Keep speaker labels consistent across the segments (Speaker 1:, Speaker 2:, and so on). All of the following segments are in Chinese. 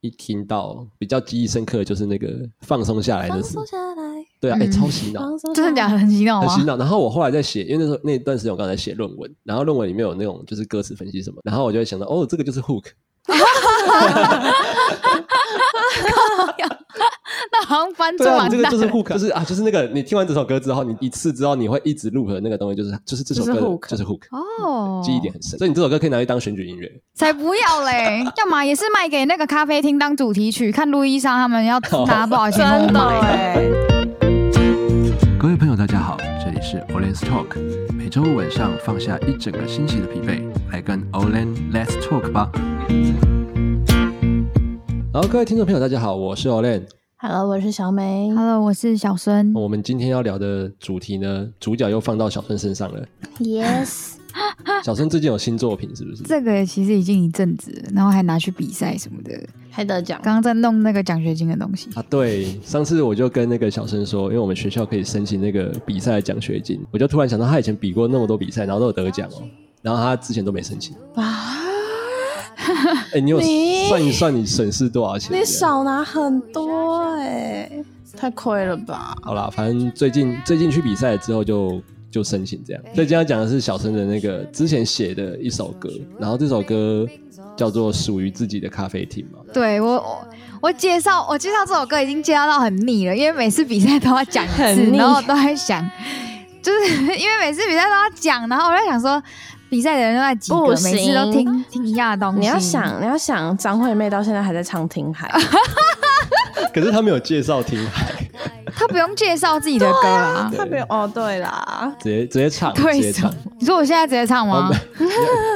Speaker 1: 一听到比较记忆深刻的就是那个放松下来的
Speaker 2: 放
Speaker 1: 事，
Speaker 2: 松下来，啊
Speaker 1: 对啊，哎、
Speaker 3: 嗯
Speaker 1: 超洗脑，
Speaker 2: 放松下
Speaker 3: 真
Speaker 2: 来
Speaker 3: 的假的？很洗脑
Speaker 1: 很
Speaker 3: 吗？
Speaker 1: 洗脑。然后我后来在写，因为那时候那段时间我刚才写论文，然后论文里面有那种就是歌词分析什么，然后我就会想到，哦，这个就是 hook，
Speaker 3: 那好像翻
Speaker 1: 对
Speaker 3: 转
Speaker 1: 啊，
Speaker 3: 蛮
Speaker 1: 你这个
Speaker 3: 大
Speaker 1: 就是
Speaker 3: 的。
Speaker 1: hook，就是啊，就是那个你听完这首歌之后，你一次之后你会一直 loop 的那个东西，就是就是这首
Speaker 2: 就是
Speaker 1: 歌的
Speaker 2: hook
Speaker 1: 就是 hook，
Speaker 3: 哦，
Speaker 1: 记忆点很深，所以你这首歌可以拿去当选举音乐。
Speaker 3: 才不要嘞！干嘛也是卖给那个咖啡厅当主题曲，看路易莎他们要 拿不好意思
Speaker 2: 真的
Speaker 3: 买
Speaker 2: 哎、
Speaker 4: 各位朋友，大家好，这里是 Olen's Talk，每周五晚上放下一整个星期的疲惫，来跟 Olen Let's Talk 吧。
Speaker 1: 然后各位听众朋友，大家好，我是 Olen。
Speaker 2: Hello，我是小美。
Speaker 3: Hello，我是小孙。
Speaker 1: 我们今天要聊的主题呢，主角又放到小孙身上了。
Speaker 2: Yes，
Speaker 1: 小孙最近有新作品是不是？
Speaker 3: 这个其实已经一阵子了，然后还拿去比赛什么的。
Speaker 2: 还得奖。
Speaker 3: 刚刚在弄那个奖学金的东西，
Speaker 1: 啊，对，上次我就跟那个小孙说，因为我们学校可以申请那个比赛的奖学金，我就突然想到他以前比过那么多比赛，然后都有得奖哦，然后他之前都没申请。哎、你有
Speaker 2: 你
Speaker 1: 算一算你损失多少钱？
Speaker 2: 你少拿很多哎、太亏了吧？
Speaker 1: 好啦，反正最近最近去比赛之后就就申请这样。所以今天要讲的是小生的那个之前写的一首歌，然后这首歌叫做《属于自己的咖啡厅》嘛。
Speaker 3: 对我我我介绍我介绍这首歌已经介绍到很腻了，因为每次比赛都要讲一次
Speaker 2: 很，腻
Speaker 3: 然后我都在想，就是 因为每次比赛都要讲，然后我在想说，比赛的人都在几
Speaker 2: 不
Speaker 3: 个，
Speaker 2: 行
Speaker 3: 每次都听听一样的东西。
Speaker 2: 你要想，你要想，张惠妹到现在还在唱《听海》
Speaker 1: 可是他没有介绍听海，
Speaker 3: 他不用介绍自己的歌啊啦，
Speaker 1: 对
Speaker 2: 她没有哦，对啦，
Speaker 1: 直接直接唱，
Speaker 2: 啊
Speaker 1: 直接
Speaker 3: 对手
Speaker 1: 唱。。哦
Speaker 3: 你说我现在直接唱吗？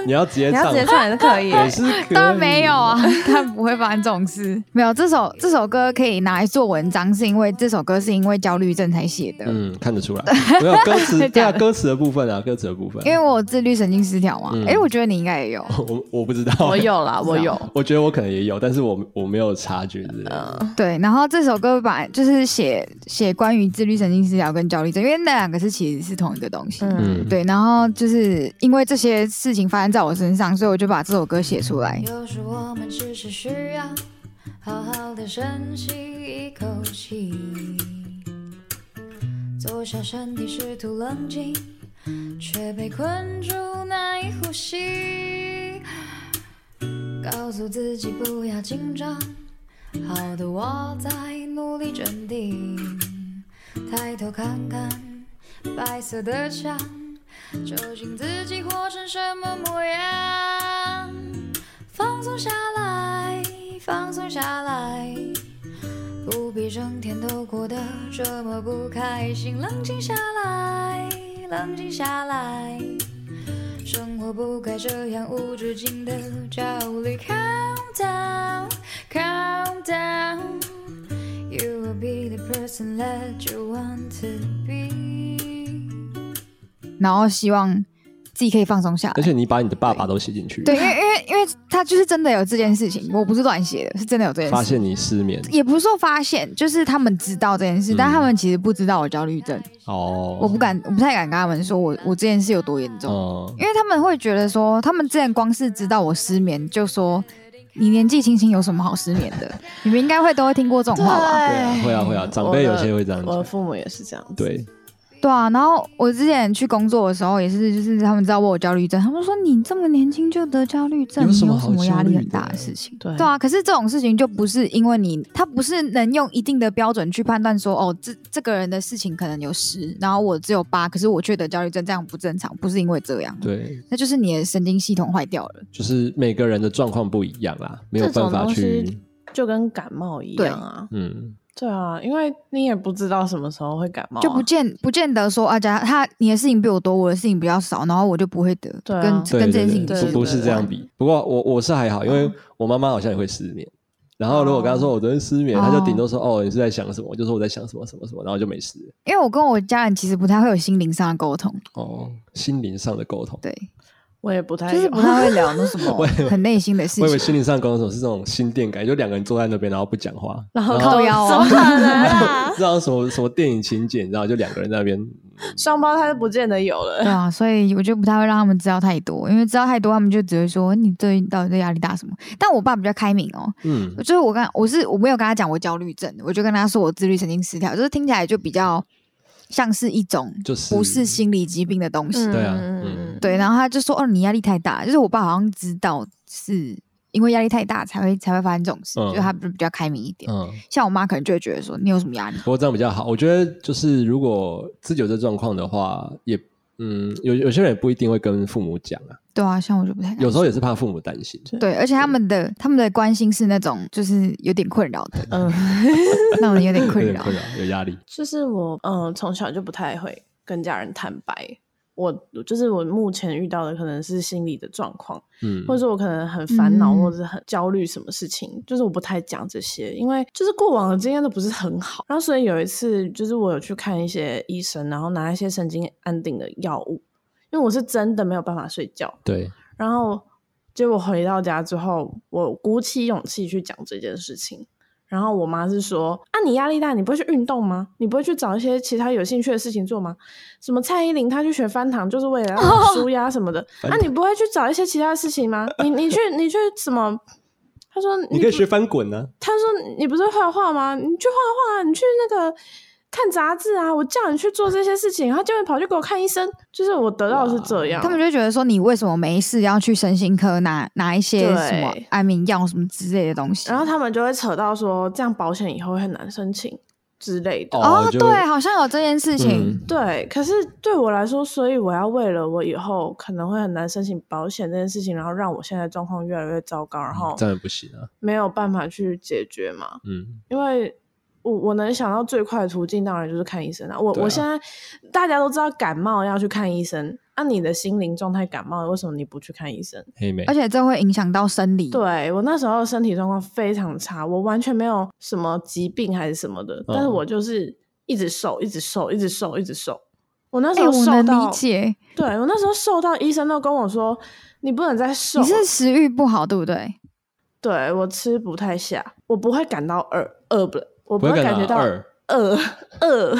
Speaker 1: 你要直接
Speaker 2: 你要
Speaker 1: 唱
Speaker 2: 直，接唱也是可以、
Speaker 1: 也是可以。
Speaker 3: 当然没有啊， 但不会发生这种事。没有这首这首歌可以拿来做文章，是因为这首歌是因为焦虑症才写的，
Speaker 1: 嗯，看得出来，没有歌词，对啊，歌词的部分啊，歌词的部分，
Speaker 3: 因为我有自律神经失调嘛。哎、
Speaker 1: 嗯
Speaker 3: 我觉得你应该也有。
Speaker 1: 我我不知道，
Speaker 2: 我，有啦，我有。
Speaker 1: 我觉得我可能也有，但是我我没有察觉之类的。
Speaker 3: 对，然后这首歌把就是写写关于自律神经失调跟焦虑症，因为那两个是其实是同一个东西。
Speaker 2: 嗯，
Speaker 1: 嗯，
Speaker 3: 对，然后就是因为这些事情发生在我身上，所以我就把这首歌写出来。
Speaker 5: 有时我们只是需要好好的深吸一口气，坐下身体试图冷静，却被困住难以呼吸。告诉自己不要紧张，好的我在努力镇定。抬头看看白色的墙，究竟自己活成什么模样？放松下来，放松下来，不必整天都过得这么不开心。冷静下来，冷静下来，生活不该这样无止境的焦虑。Calm down, calm down, you will be the person that you want to be.
Speaker 3: 然后希望自己可以放松下
Speaker 1: 而
Speaker 3: 来。
Speaker 1: 且你把你的爸爸都写进去，
Speaker 3: 对，因为因为因为他就是真的有这件事情，我不是乱写的，是真的有这件
Speaker 1: 发
Speaker 3: 事。
Speaker 1: 现你失眠
Speaker 3: 也不是说发现，就是他们知道这件事，但他们其实不知道我焦虑症，
Speaker 1: 哦，
Speaker 3: 我不敢，我不太敢跟他们说我我这件事有多严重，
Speaker 1: 哦，
Speaker 3: 因为他们会觉得说，他们之前光是知道我失眠，就说你年纪轻轻有什么好失眠 的？你们应该会都会听过这种话吧？
Speaker 1: 对啊，会啊会啊，长辈有些会这样
Speaker 2: 我的
Speaker 1: 讲，
Speaker 2: 父母也是这样子。
Speaker 1: 对，
Speaker 3: 对啊，然后我之前去工作的时候也是，就是他们知道我有焦虑症，他们说你这么年轻就得焦虑症，
Speaker 1: 有
Speaker 3: 你
Speaker 1: 什么
Speaker 3: 有
Speaker 1: 好
Speaker 3: 什么压
Speaker 1: 焦虑
Speaker 3: 力很
Speaker 1: 的
Speaker 3: 大的事情？
Speaker 2: 对
Speaker 3: 对啊，可是这种事情就不是因为你，他不是能用一定的标准去判断说，哦，这这个人的事情可能有十，然后我只有八，可是我却得焦虑症，这样不正常，不是因为这样，
Speaker 1: 对，
Speaker 3: 那就是你的神经系统坏掉了。
Speaker 1: 就是每个人的状况不一样啦，没有
Speaker 2: 这
Speaker 1: 办
Speaker 2: 种
Speaker 1: 法
Speaker 2: 东
Speaker 1: 去，
Speaker 2: 西就跟感冒一样啊。
Speaker 1: 嗯，
Speaker 2: 对啊，因为你也不知道什么时候会感冒啊、
Speaker 3: 就不见不见得说，啊，假如他你的事情比我多，我的事情比较少，然后我就不会得，
Speaker 2: 对啊
Speaker 3: 跟
Speaker 1: 对
Speaker 3: 跟这
Speaker 1: 对
Speaker 3: 件事情
Speaker 1: 对，
Speaker 2: 是
Speaker 1: 不不是
Speaker 2: 对
Speaker 1: 这样比。不过我我是还好，因为我妈妈好像也会失眠。然后如果跟她说我昨天失眠，
Speaker 3: 哦
Speaker 1: 她就顶多说哦你是在想什么，我就说我在想什么什么什么，然后就没事了。
Speaker 3: 因为我跟我家人其实不太会有心灵上的沟通，
Speaker 1: 哦，心灵上的沟通，
Speaker 3: 对，
Speaker 2: 我也不太
Speaker 3: 就是
Speaker 2: 有
Speaker 3: 哎不太会聊 那什么很内心的事
Speaker 1: 我以为
Speaker 3: 情。
Speaker 1: 心灵上的沟通是这种心电感，就两个人坐在那边，然后不讲话，
Speaker 2: 然后
Speaker 3: 靠腰
Speaker 2: 怎
Speaker 3: 哦
Speaker 2: 么可能啊？
Speaker 1: 知道什么什么电影情节，你知道，就两个人在那边，
Speaker 2: 双胞胎都不见得有了
Speaker 3: 对。啊，所以我就不太会让他们知道太多，因为知道太多，他们就只会说你对到底对压力大什么。但我爸比较开明哦，
Speaker 1: 嗯，
Speaker 3: 就是我跟我是我没有跟他讲我焦虑症，我就跟他说我自律神经失调，就是听起来就比较像是一种
Speaker 1: 就是
Speaker 3: 不是心理疾病的东西。
Speaker 1: 对啊
Speaker 2: 嗯
Speaker 1: 嗯
Speaker 3: 对，然后他就说哦，你压力太大，就是我爸好像知道是因为压力太大才会才会发生这种事，
Speaker 1: 嗯
Speaker 3: 就他就比较开明一点。
Speaker 1: 嗯，
Speaker 3: 像我妈可能就会觉得说你有什么压力？
Speaker 1: 不过这样比较好。我觉得就是如果自己有这状况的话，也嗯，有有些人也不一定会跟父母讲啊，
Speaker 3: 对啊，像我就不太敢
Speaker 1: 有时候也是怕父母担心。
Speaker 3: 对，而且他们的他们的关心是那种就是有点困扰的，
Speaker 2: 嗯，
Speaker 3: 那种有点
Speaker 1: 有
Speaker 3: 困
Speaker 1: 点
Speaker 3: 扰。
Speaker 1: 困扰，有压力。
Speaker 2: 就是我嗯，从小就不太会跟家人坦白。我就是我目前遇到的可能是心理的状况，
Speaker 1: 嗯，
Speaker 2: 或者是我可能很烦恼，
Speaker 3: 嗯
Speaker 2: 或者是很焦虑什么事情，就是我不太讲这些，因为就是过往的经验都不是很好。然后所以有一次，就是我有去看一些医生，然后拿一些神经安定的药物，因为我是真的没有办法睡觉。
Speaker 1: 对，
Speaker 2: 然后结果回到家之后，我鼓起勇气去讲这件事情。然后我妈是说：“啊，你压力大，你不会去运动吗？你不会去找一些其他有兴趣的事情做吗？什么蔡依林她去学翻糖就是为了要舒压什么的，
Speaker 1: 哦 翻
Speaker 2: 啊，
Speaker 1: 糖
Speaker 2: 你不会去找一些其他的事情吗？你你去你去什么？”她说：“
Speaker 1: 你
Speaker 2: 不
Speaker 1: 可以学翻滚呢。
Speaker 2: 他说：“你不是画画吗？你去画啊画，你去那个看杂志啊！我叫你去做这些事情，然后就会跑去给我看医生。就是我得到的是这样，
Speaker 3: 他们就会觉得说，你为什么没事要去身心科拿拿一些什么
Speaker 2: 对
Speaker 3: 安眠药什么之类的东西？
Speaker 2: 然后他们就会扯到说，这样保险以后会很难申请之类的。
Speaker 1: 哦
Speaker 3: 哦，
Speaker 1: 就嗯
Speaker 3: 对，好像有这件事
Speaker 2: 嗯
Speaker 3: 情。
Speaker 2: 对，可是对我来说，所以我要为了我以后可能会很难申请保险这件事情，然后让我现在状况越来越糟糕，然后
Speaker 1: 这样也不行啊。
Speaker 2: 没有办法去解决嘛。
Speaker 1: 嗯，
Speaker 2: 因为我我能想到最快的途径，当然就是看医生啊。我、
Speaker 1: 对啊
Speaker 2: 我现在大家都知道感冒要去看医生，那、你的心灵状态感冒，为什么你不去看医生？
Speaker 1: 黑妹
Speaker 3: 而，且这会影响到生理，
Speaker 2: 对我那时候身体状况非常差，我完全没有什么疾病还是什么的，但是我就是一直瘦，一直瘦，一直瘦，一直瘦。我那时
Speaker 3: 哎，
Speaker 2: 候
Speaker 3: 我
Speaker 2: 瘦
Speaker 3: 能
Speaker 2: 到，
Speaker 3: 理解，
Speaker 2: 对我那时候瘦到医生都跟我说，你不能再瘦
Speaker 3: 你
Speaker 2: 了。
Speaker 3: 是食欲不好，对不对？
Speaker 2: 对我吃不太下，我不会感到饿，饿不，我
Speaker 1: 不
Speaker 2: 不
Speaker 1: 会
Speaker 2: 会感觉
Speaker 1: 到
Speaker 2: 到
Speaker 1: 二
Speaker 2: 饿饿。
Speaker 1: 二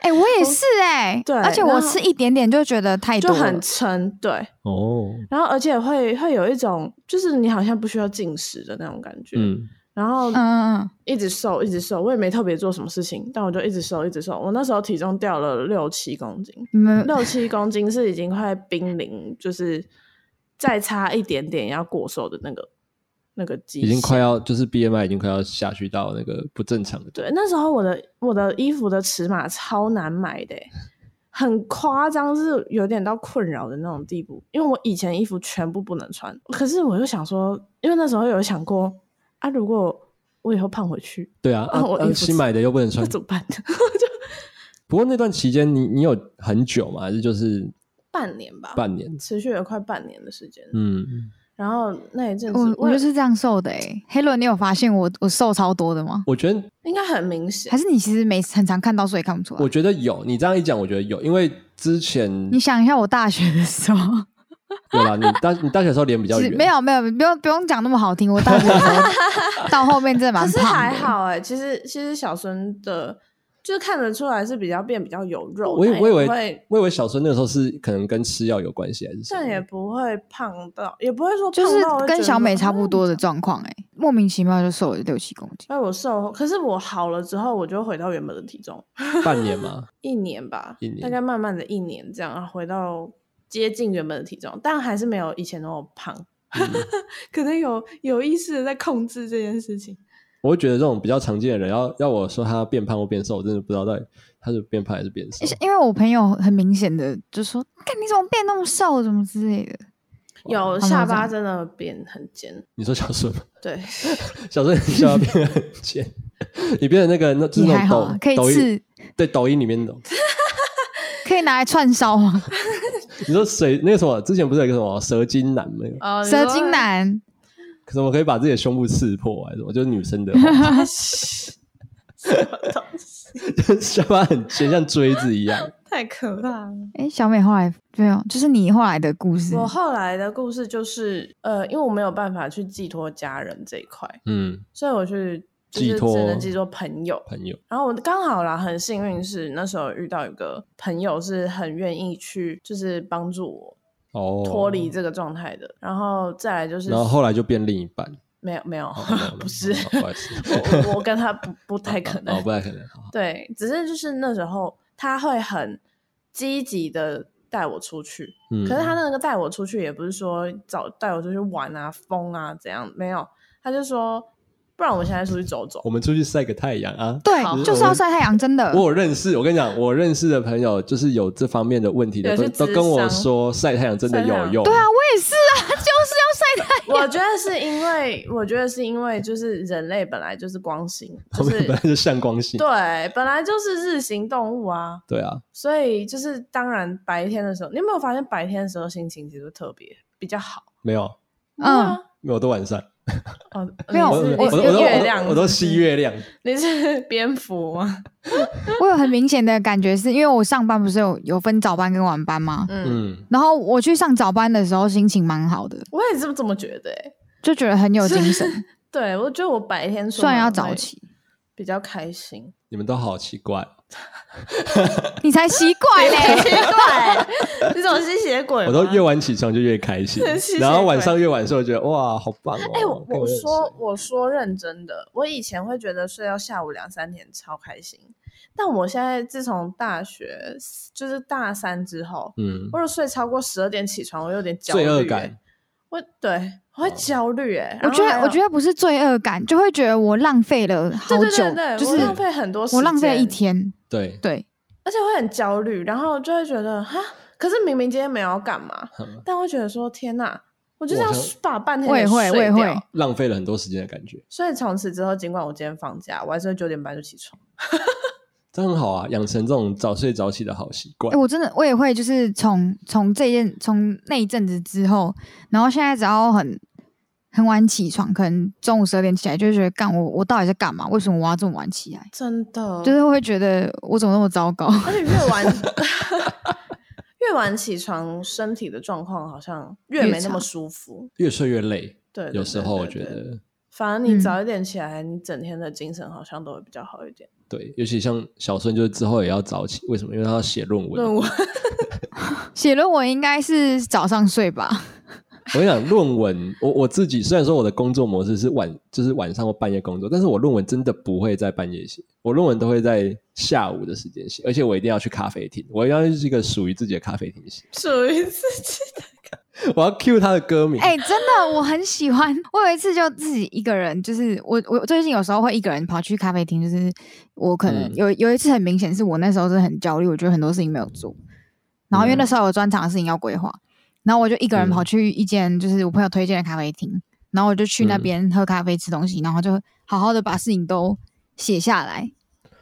Speaker 3: 哎，我也是哎，
Speaker 2: 哦对
Speaker 3: 而且
Speaker 2: 然后
Speaker 3: 我吃一点点就觉得太多
Speaker 2: 就
Speaker 3: 了，
Speaker 2: 很撑，对。
Speaker 1: 哦，
Speaker 2: 然后而且会会有一种，就是你好像不需要进食的那种感觉，
Speaker 1: 嗯，
Speaker 2: 然后
Speaker 3: 嗯嗯嗯，
Speaker 2: 一直瘦一直瘦，我也没特别做什么事情，但我就一直瘦一直瘦。我那时候体重掉了六七公斤，
Speaker 1: 嗯
Speaker 3: 你们
Speaker 2: 六七公斤是已经快濒临，就是再差一点点要过瘦的那个那个极
Speaker 1: 已经快
Speaker 2: 限
Speaker 1: 要就是 BMI 已经快要下去到那个不正常的。
Speaker 2: 对，那时候我的我的衣服的尺码超难买的欸，很夸张，是有点到困扰的那种地步。因为我以前衣服全部不能穿，可是我又想说，因为那时候有想过啊，如果我以后胖回去，
Speaker 1: 对啊，啊
Speaker 2: 啊我
Speaker 1: 啊
Speaker 2: 衣服
Speaker 1: 新买的又不能
Speaker 2: 那
Speaker 1: 穿。
Speaker 2: 怎么办？
Speaker 1: 不过那段期间，你你有很久嘛？还是就是
Speaker 2: 半年吧，
Speaker 1: 半年？
Speaker 2: 持续了快半年的时间。
Speaker 1: 嗯，
Speaker 2: 然后那一阵子
Speaker 3: 我
Speaker 2: 我
Speaker 3: 我
Speaker 2: 也
Speaker 3: 就是这样瘦的哎。黑伦，你有发现我我瘦超多的吗？
Speaker 1: 我觉得
Speaker 2: 应该很明显
Speaker 3: 还，是你其实没很常看到，所以看不出来
Speaker 1: 我？觉得有，你这样一讲，我觉得有，因为之前
Speaker 3: 你想一下，我大学的时候，
Speaker 1: 有啦，你大你大学的时候脸比较
Speaker 3: 其
Speaker 1: 圆
Speaker 3: 实，没有没有，不用不用讲那么好听。我大学的时候 到后面真的
Speaker 2: 可
Speaker 3: 蛮
Speaker 2: 是
Speaker 3: 胖的，
Speaker 2: 还好哎、其实其实小孙的。就是看得出来是比较变比较有肉，
Speaker 1: 我以
Speaker 2: 但
Speaker 1: 我以
Speaker 2: 也不
Speaker 1: 为
Speaker 2: 会
Speaker 1: 我以为小孙那个时候是可能跟吃药有关系还是什
Speaker 2: 但也
Speaker 1: 么？
Speaker 2: 不会胖到，也不会说
Speaker 3: 就是
Speaker 2: 胖到会
Speaker 3: 跟
Speaker 2: 觉
Speaker 3: 小
Speaker 2: 得
Speaker 3: 美
Speaker 2: 说
Speaker 3: 差不
Speaker 2: 嗯
Speaker 3: 多的状况哎，莫名其妙就瘦了六七公斤。
Speaker 2: 哎，我瘦后，可是我好了之后，我就回到原本的体重，
Speaker 1: 半年嘛，
Speaker 2: 一年吧，
Speaker 1: 一年
Speaker 2: 大概慢慢的一年这样，然后回到接近原本的体重，但还是没有以前那么胖，
Speaker 1: 嗯
Speaker 2: 可能有有意识的在控制这件事情。
Speaker 1: 我会觉得这种比较常见的人，要要我说他变胖或变瘦，我真的不知道到底他是变胖还是变瘦。
Speaker 3: 因为我朋友很明显的就说：“看你怎么变那么瘦，怎么之类的。
Speaker 2: 有
Speaker 3: 他们
Speaker 2: 下
Speaker 3: 这样
Speaker 2: 巴真的变很尖，
Speaker 1: 你说小孙吗？
Speaker 2: 对，
Speaker 1: 小孙，你笑到变得很尖，你变成那个那”就是
Speaker 3: 你
Speaker 1: 那种
Speaker 3: 还好
Speaker 1: 抖
Speaker 3: 啊，可以
Speaker 1: 抖音
Speaker 3: 吃，
Speaker 1: 对抖音里面那种。
Speaker 3: 可以拿来串烧吗？
Speaker 1: 你说谁那个什么？之前不是有一个什么蛇精男那个？
Speaker 2: 哦，你
Speaker 3: 蛇
Speaker 2: 说
Speaker 3: 精，男，
Speaker 1: 可是我可以把自己的胸部刺破还是什么？就是女生 的话，
Speaker 2: 什么东西
Speaker 1: 就是下巴很尖，像锥子一样。
Speaker 2: 太可怕了。
Speaker 3: 哎，小美后来对哦，就是你后来的故事。
Speaker 2: 我后来的故事就是，呃，因为我没有办法去寄托家人这一块，
Speaker 1: 嗯，
Speaker 2: 所以我去就
Speaker 1: 寄
Speaker 2: 是
Speaker 1: 托
Speaker 2: 只能寄托朋友。
Speaker 1: 朋友，
Speaker 2: 然后我刚好啦，很幸运是那时候遇到一个朋友是很愿意去，就是帮助我
Speaker 1: 哦，
Speaker 2: 脱离这个状态的。然后再来就是，
Speaker 1: 然后后来就变另一半，
Speaker 2: 没有没有
Speaker 1: 哦没有没有，
Speaker 2: 不是，
Speaker 1: 哦不好意思
Speaker 2: 我我我跟他不不太可能
Speaker 1: 哦，，不太可能，好好
Speaker 2: 对，只是就是那时候他会很积极的带我出去，
Speaker 1: 嗯，
Speaker 2: 可是他那个带我出去也不是说找带我出去玩啊、疯啊怎样，没有，他就说不然我们现在出去走走
Speaker 1: 我。们出去晒个太阳啊。
Speaker 2: 好
Speaker 3: 对，就是要晒太阳，真的
Speaker 2: 嗯
Speaker 1: 我。有认识，我跟你讲，我认识的朋友就是有这方面的问题的，
Speaker 2: 有
Speaker 1: 都
Speaker 2: 去
Speaker 1: 都
Speaker 2: 咨
Speaker 1: 跟我
Speaker 2: 商
Speaker 1: 说晒太阳真的
Speaker 2: 晒太
Speaker 1: 有
Speaker 2: 阳
Speaker 1: 用。
Speaker 3: 对啊，我也是啊， 就是要晒太
Speaker 2: 我觉得是因为，我觉得是因为就是人类本来就是光型，
Speaker 1: 我
Speaker 2: 就
Speaker 1: 们
Speaker 2: 是
Speaker 1: 本来就向光性。
Speaker 2: 对，本来就是日行动物啊，
Speaker 1: 对啊，
Speaker 2: 所以就是当然白天的时候，你有没有发现白天的时候心情其实特别比较好？啊
Speaker 1: 没有，
Speaker 3: 嗯，
Speaker 1: 没有，都晚上。
Speaker 2: 哦，
Speaker 3: 没有
Speaker 1: 我
Speaker 2: 你是
Speaker 1: 我
Speaker 2: 你
Speaker 1: 我
Speaker 2: 是
Speaker 1: 都我都
Speaker 2: 月亮
Speaker 1: 我都吸，月亮。
Speaker 2: 是不是 你是蝙蝠吗？
Speaker 3: 我有很明显的感觉是，因为我上班不是有有分早班跟晚班吗？
Speaker 2: 嗯，
Speaker 1: 嗯，
Speaker 3: 然后我去上早班的时候，心情蛮好的，
Speaker 2: 我也是这么觉得、欸。
Speaker 3: 就觉得很有精 神。
Speaker 2: 对，我觉得我白天出
Speaker 3: 虽然
Speaker 2: 门
Speaker 3: 要
Speaker 2: 会
Speaker 3: 早起，
Speaker 2: 比较开心。
Speaker 1: 你们都好奇怪，
Speaker 3: 你才奇怪嘞！
Speaker 2: 对， 你怎么吸血鬼吗？
Speaker 1: 我都越晚起床就越开 心
Speaker 2: 吸，血
Speaker 1: 然后晚上越晚睡，我觉得哇，好棒哦。
Speaker 2: 哎、我
Speaker 1: 跟
Speaker 2: 我
Speaker 1: 认识
Speaker 2: 说我说认真的，我以前会觉得睡到下午两三点超开心，但我现在自从大学就是大三之后，
Speaker 1: 嗯，
Speaker 2: 或者睡超过十二点起床，我有点焦虑、
Speaker 1: 罪恶
Speaker 2: 哎
Speaker 1: 感。哦
Speaker 2: 我对，我会焦虑哎、
Speaker 3: 我觉得，我觉
Speaker 2: 得
Speaker 3: 得不是罪恶感，就会觉得我浪费了好
Speaker 2: 对
Speaker 3: 久
Speaker 2: 对对，对，
Speaker 3: 就
Speaker 2: 我
Speaker 3: 是
Speaker 2: 浪费很多时间，
Speaker 3: 我浪费了一，天。
Speaker 1: 对，
Speaker 3: 对，
Speaker 2: 而且会很焦虑，然后就会觉得哈，可是明明今天没有要干嘛，
Speaker 1: 哼
Speaker 2: 但会觉得说天呐，我就这
Speaker 1: 我
Speaker 2: 样
Speaker 1: 好像
Speaker 2: 把半天
Speaker 3: 我也
Speaker 2: 给
Speaker 3: 会，我
Speaker 2: 睡
Speaker 3: 也
Speaker 2: 掉
Speaker 3: 会。
Speaker 1: 浪费了很多时间的感觉，
Speaker 2: 所以从此之后，尽管我今天放假，我还是会九点半就起床。
Speaker 1: 这样很好啊，养成这种早睡早起的好习惯
Speaker 3: 哎、。我真的我也会，就是从从这件从那一阵子之后，然后现在只要很很晚起床，可能中午十二点起来，就会觉得干我我到底在干嘛？为什么我要这么晚起来？
Speaker 2: 真的，
Speaker 3: 就是会觉得我怎么那么糟糕？
Speaker 2: 而且越晚 越晚起床，身体的状况好像越
Speaker 3: 越
Speaker 2: 没那么
Speaker 3: 差
Speaker 2: 舒服。
Speaker 1: 越睡越累，
Speaker 2: 对对
Speaker 1: 有时候我
Speaker 2: 对
Speaker 1: 觉
Speaker 2: 对对
Speaker 1: 得
Speaker 2: 反而你
Speaker 3: 嗯
Speaker 2: 早一点起来，你整天的精神好像都会比较好一点。
Speaker 1: 对，尤其像小孙，就是之后也要早起，为什么？因为他要写论文。
Speaker 2: 论文
Speaker 3: 写论文应该是早上睡吧？
Speaker 1: 我跟你讲，论文，我我自己虽然说我的工作模式是晚，就是晚上或半夜工作，但是我论文真的不会在半夜写，我论文都会在下午的时间写，而且我一定要去咖啡厅，我一定要去一个属于自己的咖啡厅写，
Speaker 2: 属于自己的，
Speaker 1: 我要 cue 他的歌名。
Speaker 3: 哎、真的，我很喜欢。 我有一次就自己一个人，就是我我最近有时候会一个人跑去咖啡厅，就是我可能
Speaker 1: 嗯
Speaker 3: 有、有一次很明显是我那时候是很焦虑，我觉得很多事情没有做，然后因为
Speaker 1: 嗯
Speaker 3: 那时候有专场的事情要规划，然后我就一个人
Speaker 1: 嗯
Speaker 3: 跑去一间就是我朋友推荐的咖啡厅，然后我就去那
Speaker 1: 嗯
Speaker 3: 边喝咖啡吃东西，然后就好好的把事情都写下来。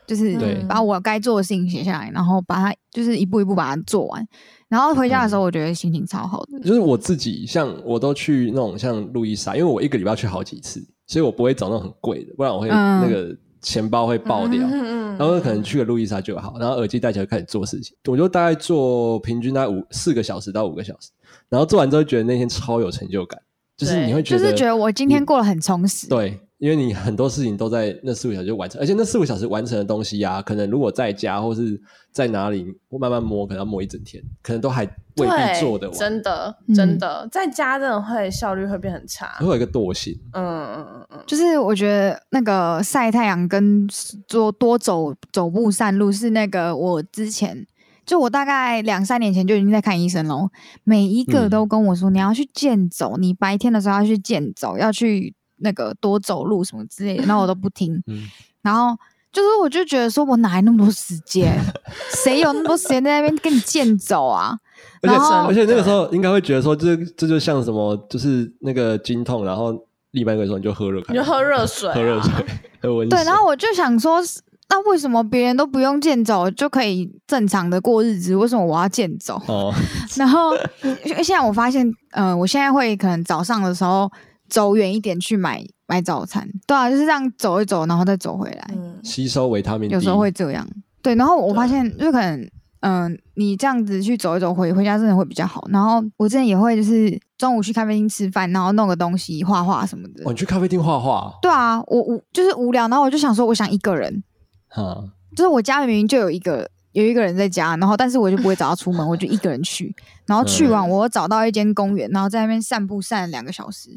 Speaker 3: 就是
Speaker 1: 对
Speaker 3: 把我该做的事情写下来，然后把它就是一步一步把它做完，然后回家的时候，
Speaker 1: 嗯
Speaker 3: 我觉得心情超好的。
Speaker 1: 就是我自己，像我都去那种像路易莎，因为我一个礼拜要去好几次，所以我不会找那种很贵的，不然我会、
Speaker 3: 嗯
Speaker 1: 那个钱包会爆掉。
Speaker 2: 嗯嗯
Speaker 1: 然后可能去个路易莎就好，然后耳机戴起来就开始做事情，我就大概做平均大概五四个小时到五个小时，然后做完之后觉得那天超有成就感，就是
Speaker 2: 对
Speaker 1: 你会觉
Speaker 3: 就
Speaker 1: 得
Speaker 3: 是觉得我今天过得很充实。
Speaker 1: 对，因为你很多事情都在那四五个小时就完成，而且那四五个小时完成的东西呀、可能如果在家或是在哪里我慢慢摸，可能要摸一整天，可能都还未必
Speaker 2: 对
Speaker 1: 做得完，
Speaker 2: 真的
Speaker 3: 嗯
Speaker 2: 真的，在家真的会效率会变很差。
Speaker 1: 会有一个惰性，
Speaker 2: 嗯嗯嗯嗯，
Speaker 3: 就是我觉得那个晒太阳跟多多走走步散路是那个我之前就我大概两三年前就已经在看医生喽，每一个
Speaker 1: 嗯
Speaker 3: 都跟我说你要去健走，你白天的时候要去健走，要去那个多走路什么之类的，那我都不听。
Speaker 1: 嗯
Speaker 3: 然后就是我就觉得说我哪来那么多时 间？谁有那么多时间在那边跟你健走啊？
Speaker 1: 而且
Speaker 3: 然后
Speaker 1: 而且那个时候应该会觉得说这这就像什么，就是那个经痛，然后另外一个说你就喝热开
Speaker 2: 你就
Speaker 1: 水，
Speaker 2: 喝热水、啊，
Speaker 1: 喝热水，喝温水
Speaker 3: 对，然后我就想说，那为什么别人都不用健走就可以正常的过日子，为什么我要健走？
Speaker 1: 哦，
Speaker 3: 然后现在我发现，呃，我现在会可能早上的时候走远一点去买买早餐，对啊，就是这样走一走，然后再走回来，
Speaker 2: 嗯，
Speaker 1: 吸收维他命 D，
Speaker 3: 有时候会这样。对，然后我发现就可能。嗯、你这样子去走一走回回家真的会比较好。然后我之前也会就是中午去咖啡厅吃饭，然后弄个东西画画什么的。
Speaker 1: 哦，你去咖啡厅画画，
Speaker 3: 对啊，我无就是无聊，然后我就想说，我想一个人，
Speaker 1: 哈，
Speaker 3: 就是我家明明就有一个有一个人在家，然后但是我就不会找他出门，我就一个人去，然后去
Speaker 2: 嗯
Speaker 3: 完我又找到一间公园，然后在那边散步散了两个小时，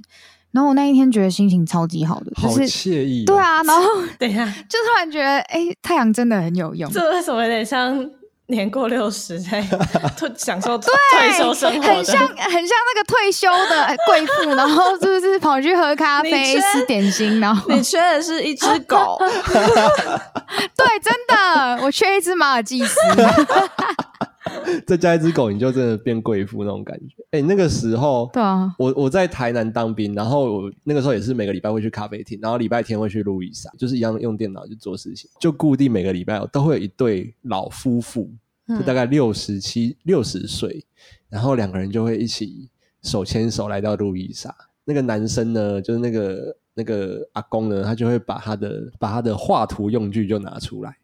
Speaker 3: 然后我那一天觉得心情超级好的，
Speaker 1: 好
Speaker 3: 就是
Speaker 1: 惬意、
Speaker 2: 哦
Speaker 3: 对，啊，然后
Speaker 2: 等一下，
Speaker 3: 就突然觉得哎、太阳真的很有 用，哎
Speaker 2: 这为什么有点像年过六十在退享 受退休生活的？
Speaker 3: 很像很像那个退休的呃贵妇，然后就是跑去喝咖
Speaker 2: 你
Speaker 3: 啡、
Speaker 2: 缺
Speaker 3: 吃点心，然 后
Speaker 2: 你缺的是一只 狗，
Speaker 3: 对，真的，我缺一只马尔济 斯。
Speaker 1: 再加一只狗，你就真的变贵妇那种感觉。哎、那个时候，
Speaker 3: 对啊
Speaker 1: 我我在台南当兵，然后我那个时候也是每个礼拜会去咖啡厅，然后礼拜天会去路易莎，就是一样用电脑去做事情，就固定每个礼拜都会有一对老夫妇，
Speaker 2: 嗯
Speaker 1: 就
Speaker 3: 嗯
Speaker 1: 大概六十七、六十岁，然后两个人就会一起手牵手来到路易莎。那个男生呢，就是那个那个阿公呢，他就会把他的把他的画图用具就拿出来，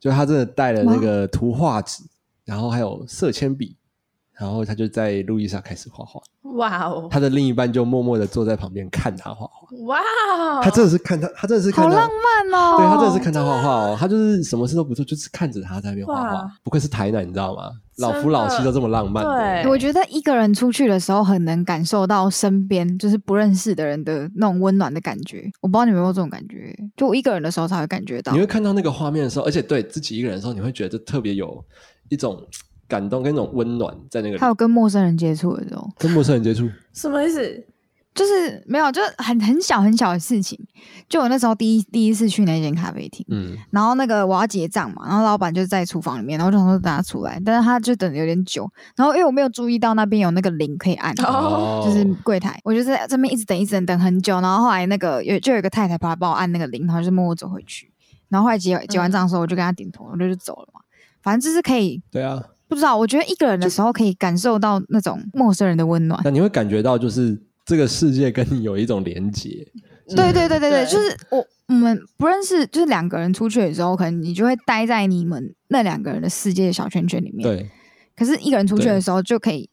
Speaker 1: 就他真的带了那个图画纸，然后还有色铅笔，然后他就在路易莎开始画画。
Speaker 2: 哇哦，
Speaker 1: 他的另一半就默默的坐在旁边看他画画。
Speaker 2: 哇哦，
Speaker 1: 他真的是看他，他真的是看
Speaker 3: 好
Speaker 1: 他，
Speaker 3: 浪漫哦！
Speaker 1: 对他真的是看他画画哦。他就是什么事都不做，就是看着他在那边画画
Speaker 2: 啊哇。
Speaker 1: 不愧是台南，你知道吗？老
Speaker 2: 真
Speaker 1: 夫老妻
Speaker 2: 的
Speaker 1: 都这么浪漫的。
Speaker 2: 对
Speaker 3: 我觉得一个人出去的时候，很能感受到身边就是不认识的人的那种温暖的感觉。我不知道你们有没有这种感觉，就我一个人的时候才会感觉到
Speaker 1: 你。会看到那个画面的时候，而且对自己一个人的时候，你会觉得特别有一种感动跟一种温暖在那个里
Speaker 3: 还有跟陌生人接触的时候，
Speaker 1: 跟陌生人接触。
Speaker 2: 什么意思？
Speaker 3: 就是没有，啊就是很很小很小的事情。就我那时候第一第一次去那间咖啡厅，
Speaker 1: 嗯，
Speaker 3: 然后那个我要结账嘛，然后老板就在厨房里面，然后我就想说等他出来，但是他就等的有点久，然后因为我没有注意到那边有那个铃可以按，
Speaker 1: 哦
Speaker 3: 就是柜台，我就在这边一直等，一直等，等很久，然后后来那个有就有一个太太跑来帮我按那个铃，然后就默默走回去，然后后来
Speaker 1: 嗯
Speaker 3: 结结完账的时候，我就跟他点头，我就就走了嘛，反正就是可以。
Speaker 1: 对啊。
Speaker 3: 不知道，我觉得一个人的时候可以感受到那种陌生人的温暖。
Speaker 1: 那你会感觉到就是这个世界跟你有一种连结。
Speaker 3: 对对对对对，
Speaker 2: 对
Speaker 3: 就是我我们不认识，就是两个人出去的时候，可能你就会待在你们那两个人的世界小圈圈里面。
Speaker 1: 对，
Speaker 3: 可是一个人出去
Speaker 1: 对
Speaker 3: 的时候，就可以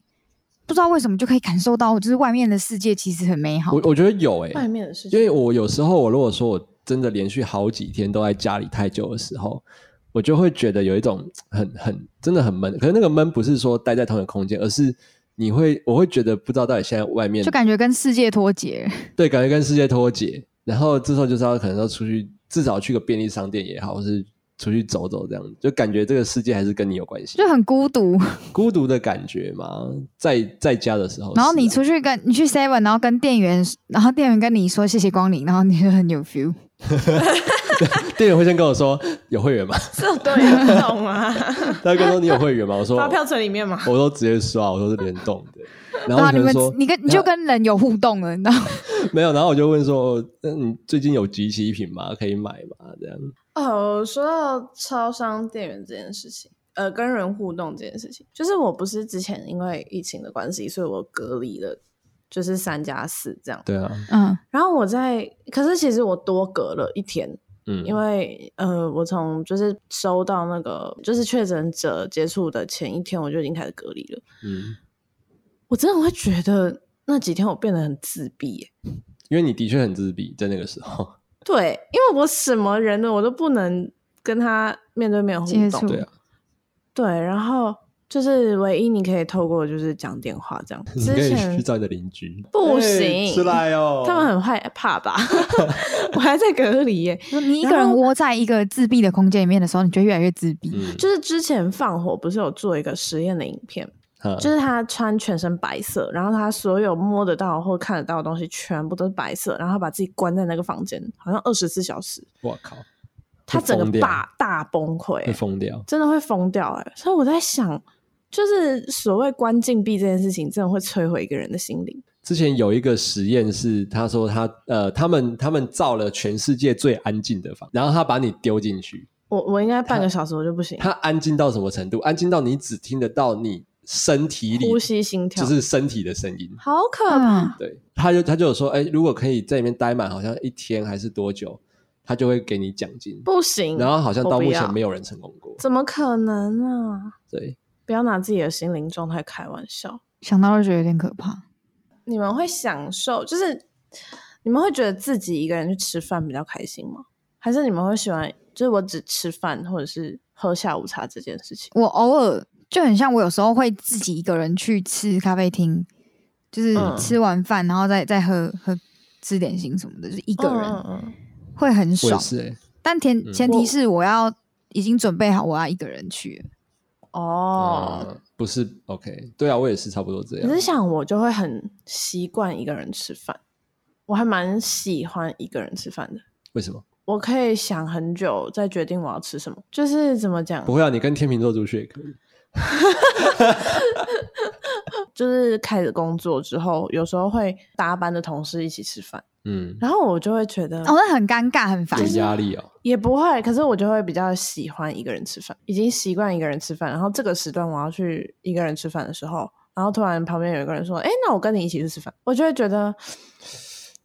Speaker 3: 不知道为什么就可以感受到，就是外面的世界其实很美好
Speaker 1: 我。我觉得有欸诶、
Speaker 2: 外面的事
Speaker 1: 因
Speaker 2: 情，
Speaker 1: 为我有时候，我如果说我真的连续好几天都在家里太久的时候，我就会觉得有一种很很真的很闷。可是那个闷不是说待在同一个空间，而是你会我会觉得不知道到底现在外面
Speaker 3: 就感觉跟世界脱节，
Speaker 1: 对感觉跟世界脱节。然后这时候就是要可能要出去，至少去个便利商店也好，或是出去走走这样，就感觉这个世界还是跟你有关系
Speaker 3: 就。很孤独。
Speaker 1: 孤独的感觉嘛，在在家的时候是啊、
Speaker 3: 然后你出去跟你去 Seven，然后跟店员，然后店员跟你说谢谢光临，然后你就很有 feel。
Speaker 1: 店员会先跟我说有会员吗？
Speaker 2: 这对啊你懂吗？
Speaker 1: 他会跟我说你有会员吗？我说
Speaker 2: 发票存里面吗？
Speaker 1: 我都直接刷，我都是联动 的。然
Speaker 3: 对
Speaker 1: 后
Speaker 3: 啊，
Speaker 1: 他
Speaker 3: 你
Speaker 1: 就
Speaker 3: 们
Speaker 1: 说
Speaker 3: 你跟你就跟人有互动了，你 知道吗？
Speaker 1: 没有，然后我就问说，哦那你最近有集齐品吗？可以买吗？这样
Speaker 2: 哦，说到超商店员这件事情，呃，跟人互动这件事情，就是我不是之前因为疫情的关系，所以我隔离了，就是三加四这样。
Speaker 1: 对啊，
Speaker 3: 嗯，
Speaker 2: 然后我在，可是其实我多隔了一天，
Speaker 1: 嗯，
Speaker 2: 因为呃，我从就是收到那个就是确诊者接触的前一天，我就已经开始隔离了。
Speaker 1: 嗯，
Speaker 2: 我真的会觉得那几天我变得很自闭耶、
Speaker 1: 因为你的确很自闭，在那个时候，
Speaker 2: 对，因为我什么人呢，我都不能跟他面对面互
Speaker 3: 接
Speaker 2: 动
Speaker 3: 触。
Speaker 1: 对啊，
Speaker 2: 对，然后就是唯一你可以透过就是讲电话这样。
Speaker 1: 你
Speaker 2: 之
Speaker 1: 可以
Speaker 2: 前
Speaker 1: 去找你的邻居，
Speaker 2: 不
Speaker 1: 哎
Speaker 2: 行，
Speaker 1: 出来哦，
Speaker 2: 他们很害 怕吧？我还在隔离耶、
Speaker 3: 就你一个人窝在一个自闭的空间里面的时候，你就越来越自闭。
Speaker 1: 嗯，
Speaker 2: 就是之前放火不是有做一个实验的影片，
Speaker 1: 嗯
Speaker 2: 就是他穿全身白色，然后他所有摸得到或看得到的东西全部都是白色，然后他把自己关在那个房间，好像二十四小时，
Speaker 1: 我靠，
Speaker 2: 他整
Speaker 1: 会疯
Speaker 2: 个
Speaker 1: 掉
Speaker 2: 大大崩溃、
Speaker 1: 会疯掉，
Speaker 2: 真的会疯掉哎、所以我在想，就是所谓关禁闭这件事情，真的会摧毁一个人的心灵。
Speaker 1: 之前有一个实验是，他说他呃，他们他们造了全世界最安静的房，然后他把你丢进去，
Speaker 2: 我我应该半个小时我就不行，
Speaker 1: 他安静到什么程度？安静到你只听得到你身体里
Speaker 2: 呼吸、心跳，
Speaker 1: 就是身体的声音，
Speaker 2: 好可怕。
Speaker 3: 嗯
Speaker 1: 对，他就他就有说，哎、如果可以在里面待满，好像一天还是多久，他就会给你奖金。
Speaker 2: 不行。
Speaker 1: 然后好像
Speaker 2: 嗯我
Speaker 1: 到
Speaker 2: 不
Speaker 1: 目
Speaker 2: 要
Speaker 1: 前没有人成功过。
Speaker 2: 怎么可能啊！
Speaker 1: 对，
Speaker 2: 不要拿自己的心灵状态开玩笑。
Speaker 3: 想到就觉得有点可怕。
Speaker 2: 你们会享受，就是你们会觉得自己一个人去吃饭比较开心吗？还是你们会喜欢，就是我只吃饭或者是喝下午茶这件事情？
Speaker 3: 我偶尔就很像我有时候会自己一个人去吃咖啡厅，就是
Speaker 2: 嗯
Speaker 3: 吃完饭然后再再喝喝吃点心什么的，就是一
Speaker 2: 一
Speaker 3: 个
Speaker 2: 嗯
Speaker 3: 人
Speaker 2: 嗯
Speaker 3: 会很
Speaker 1: 我也
Speaker 3: 爽。
Speaker 1: 是、欸。
Speaker 3: 但前
Speaker 1: 嗯
Speaker 3: 前提
Speaker 2: 我
Speaker 3: 是我要已经准备好我要一个人去了。
Speaker 2: 嗯哦，
Speaker 1: 嗯不是 OK，对啊，我也是差不多这
Speaker 2: 可是
Speaker 1: 样。
Speaker 2: 像我就会很习惯一个人吃饭，我还蛮喜欢一个人吃饭的。
Speaker 1: 为什么？
Speaker 2: 我可以想很久再决定我要吃什么，就是怎么讲
Speaker 1: 不，会啊，你跟天秤座出去也可以。
Speaker 2: 就是开始工作之后，有时候会搭班的同事一起吃饭，
Speaker 1: 嗯，
Speaker 2: 然后我就会觉得
Speaker 3: 哦，那很尴尬，很烦
Speaker 1: 有。压力哦。
Speaker 2: 也不会，可是我就会比较喜欢一个人吃饭，已经习惯一个人吃饭。然后这个时段我要去一个人吃饭的时候，然后突然旁边有一个人说：“哎，那我跟你一起去吃饭。”我就会觉得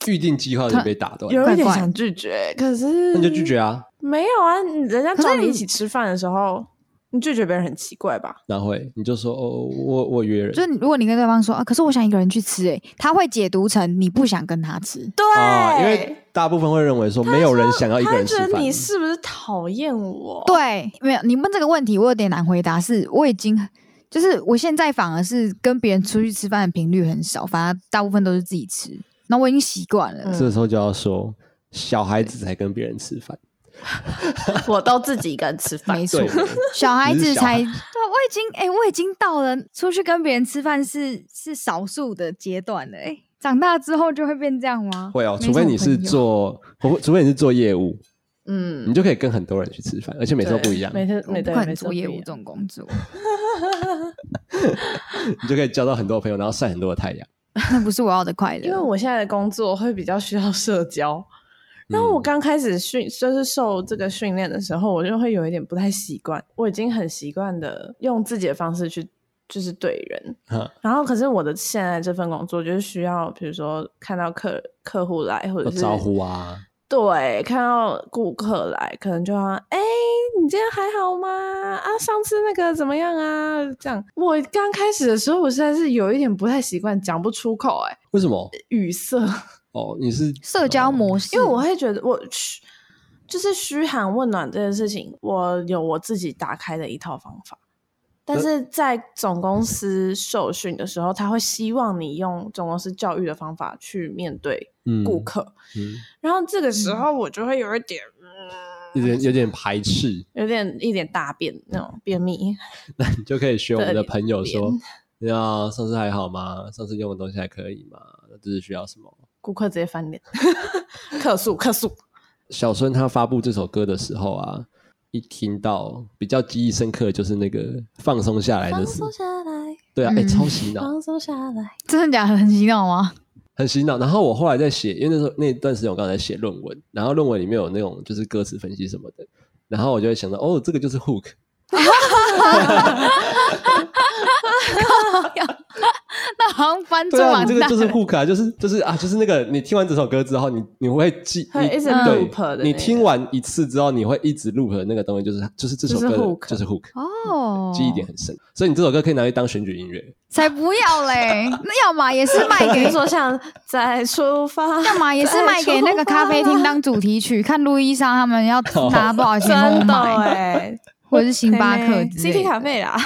Speaker 1: 预定计划就被打断，
Speaker 2: 有一点
Speaker 3: 怪
Speaker 2: 想拒绝，可是
Speaker 1: 那你就拒绝啊。
Speaker 2: 没有啊，你人家
Speaker 3: 可是
Speaker 2: 叫你
Speaker 3: 你
Speaker 2: 一起吃饭的时候，你拒绝别人很奇怪吧？
Speaker 1: 然后会你就说哦，我我约人，
Speaker 3: 就是你如果你跟对方说啊，可是我想一个人去吃、欸，他会解读成你不想跟他吃。
Speaker 2: 对，
Speaker 1: 啊，因为大部分会认为说没有人想要一个
Speaker 2: 欸他
Speaker 1: 人吃
Speaker 2: 觉得
Speaker 1: 饭
Speaker 2: 你。是不是讨厌 我？，
Speaker 3: 对，没有你问这个问题，我有点难回答。是我已经就是我现在反而是跟别人出去吃饭的频率很少，反而大部分都是自己吃。那我已经习惯了，
Speaker 2: 嗯
Speaker 1: 这时候就要说，小孩子才跟别人吃饭，
Speaker 2: 我都自己一个人吃饭，
Speaker 3: 没错
Speaker 1: 对，，
Speaker 3: 小孩
Speaker 1: 你是
Speaker 3: 子
Speaker 1: 小
Speaker 3: 才
Speaker 1: 孩
Speaker 3: 对，我已经哎、我已经到了出去跟别人吃饭是是少数的阶段了。哎、长大之后就会变这样吗？
Speaker 1: 会哦，
Speaker 3: 没
Speaker 1: 除非
Speaker 3: 什么
Speaker 1: 你是
Speaker 3: 朋友
Speaker 1: 做，除除非你是做业务，
Speaker 2: 嗯，
Speaker 1: 你就可以跟很多人去吃饭，而且每次都
Speaker 2: 对
Speaker 1: 不一样，
Speaker 2: 每天
Speaker 3: 我
Speaker 2: 每
Speaker 3: 不
Speaker 2: 对
Speaker 3: 可
Speaker 2: 每
Speaker 3: 能
Speaker 2: 次都
Speaker 3: 做
Speaker 2: 不
Speaker 3: 业
Speaker 2: 一
Speaker 3: 务
Speaker 2: 样
Speaker 3: 这种工作，
Speaker 1: 你就可以交到很多朋友，然后晒很多的太阳。
Speaker 3: 那不是我要的快乐。
Speaker 2: 因为我现在的工作会比较需要社交，然后我
Speaker 1: 嗯
Speaker 2: 刚开始训就是受这个训练的时候，我就会有一点不太习惯。我已经很习惯的用自己的方式去就是对人，
Speaker 1: 哈，
Speaker 2: 然后可是我的现在这份工作就是需要，比如说看到客客户来，或者
Speaker 1: 要
Speaker 2: 是
Speaker 1: 招呼啊，
Speaker 2: 对，看到顾客来，可能就要哎、你今天还好吗？啊，上次那个怎么样啊？这样，我刚开始的时候，我实在是有一点不太习惯，讲不出口、哎，
Speaker 1: 为什么？
Speaker 2: 语塞。
Speaker 1: 哦，你是哦
Speaker 3: 社交模式，
Speaker 2: 哦因为我会觉得我嘘，就是嘘寒问暖这件事情，我有我自己打开的一套方法。但
Speaker 1: 呃
Speaker 2: 是在总公司受训的时候，他会希望你用总公司教育的方法去面对
Speaker 1: 嗯
Speaker 2: 顾客，
Speaker 1: 嗯，
Speaker 2: 然后这个时候我就会有一点，嗯
Speaker 1: 有点有点排斥，
Speaker 2: 有点一点大便那种便秘，
Speaker 1: 那你就可以学我们的朋友
Speaker 2: 对
Speaker 1: 说
Speaker 2: 脸，
Speaker 1: 那上次还好吗？上次用的东西还可以吗？这是需要什么？
Speaker 2: 顾客直接翻脸， 客诉客诉，
Speaker 1: 小孙他发布这首歌的时候啊，一听到比较记忆深刻的就是那个放松下来的
Speaker 5: 放
Speaker 1: 事，
Speaker 5: 松下来，
Speaker 1: 对啊，哎、
Speaker 3: 嗯
Speaker 1: 超洗脑，
Speaker 5: 放松下来，
Speaker 3: 真的假的很洗脑吗？
Speaker 1: 很洗脑。然后我后来在写，因为那时候那段时间我刚才在写论文，然后论文里面有那种就是歌词分析什么的，然后我就会想到，哦，这个就是 hook，
Speaker 3: 那好像翻出
Speaker 1: 对啊，
Speaker 3: 完
Speaker 1: 你这个就是 hook 啊，就是就是啊，就是那个你听完这首歌之后，你你会记，
Speaker 2: 会
Speaker 1: 你
Speaker 2: 一直
Speaker 1: 对
Speaker 2: loop 的那
Speaker 1: 你
Speaker 2: 个
Speaker 1: 听完一次之后，你会一直 loop 的那个东西，就是就是这首
Speaker 2: 就是
Speaker 1: 歌的
Speaker 2: hook
Speaker 1: 就是 hook，
Speaker 3: 哦，
Speaker 1: 记忆点很深，所以你这首歌可以拿去当选举音乐。
Speaker 3: 才不要嘞！那要么也是卖
Speaker 2: 比
Speaker 3: 给
Speaker 2: 如 说像再出发，
Speaker 3: 干嘛也是卖给那个咖啡厅当主题曲，看路易莎他们要拿多少钱
Speaker 2: 真的
Speaker 3: 买，
Speaker 2: 哎、
Speaker 3: 或者是星巴克之
Speaker 2: CT
Speaker 3: 类的，
Speaker 2: 卡啊费啦，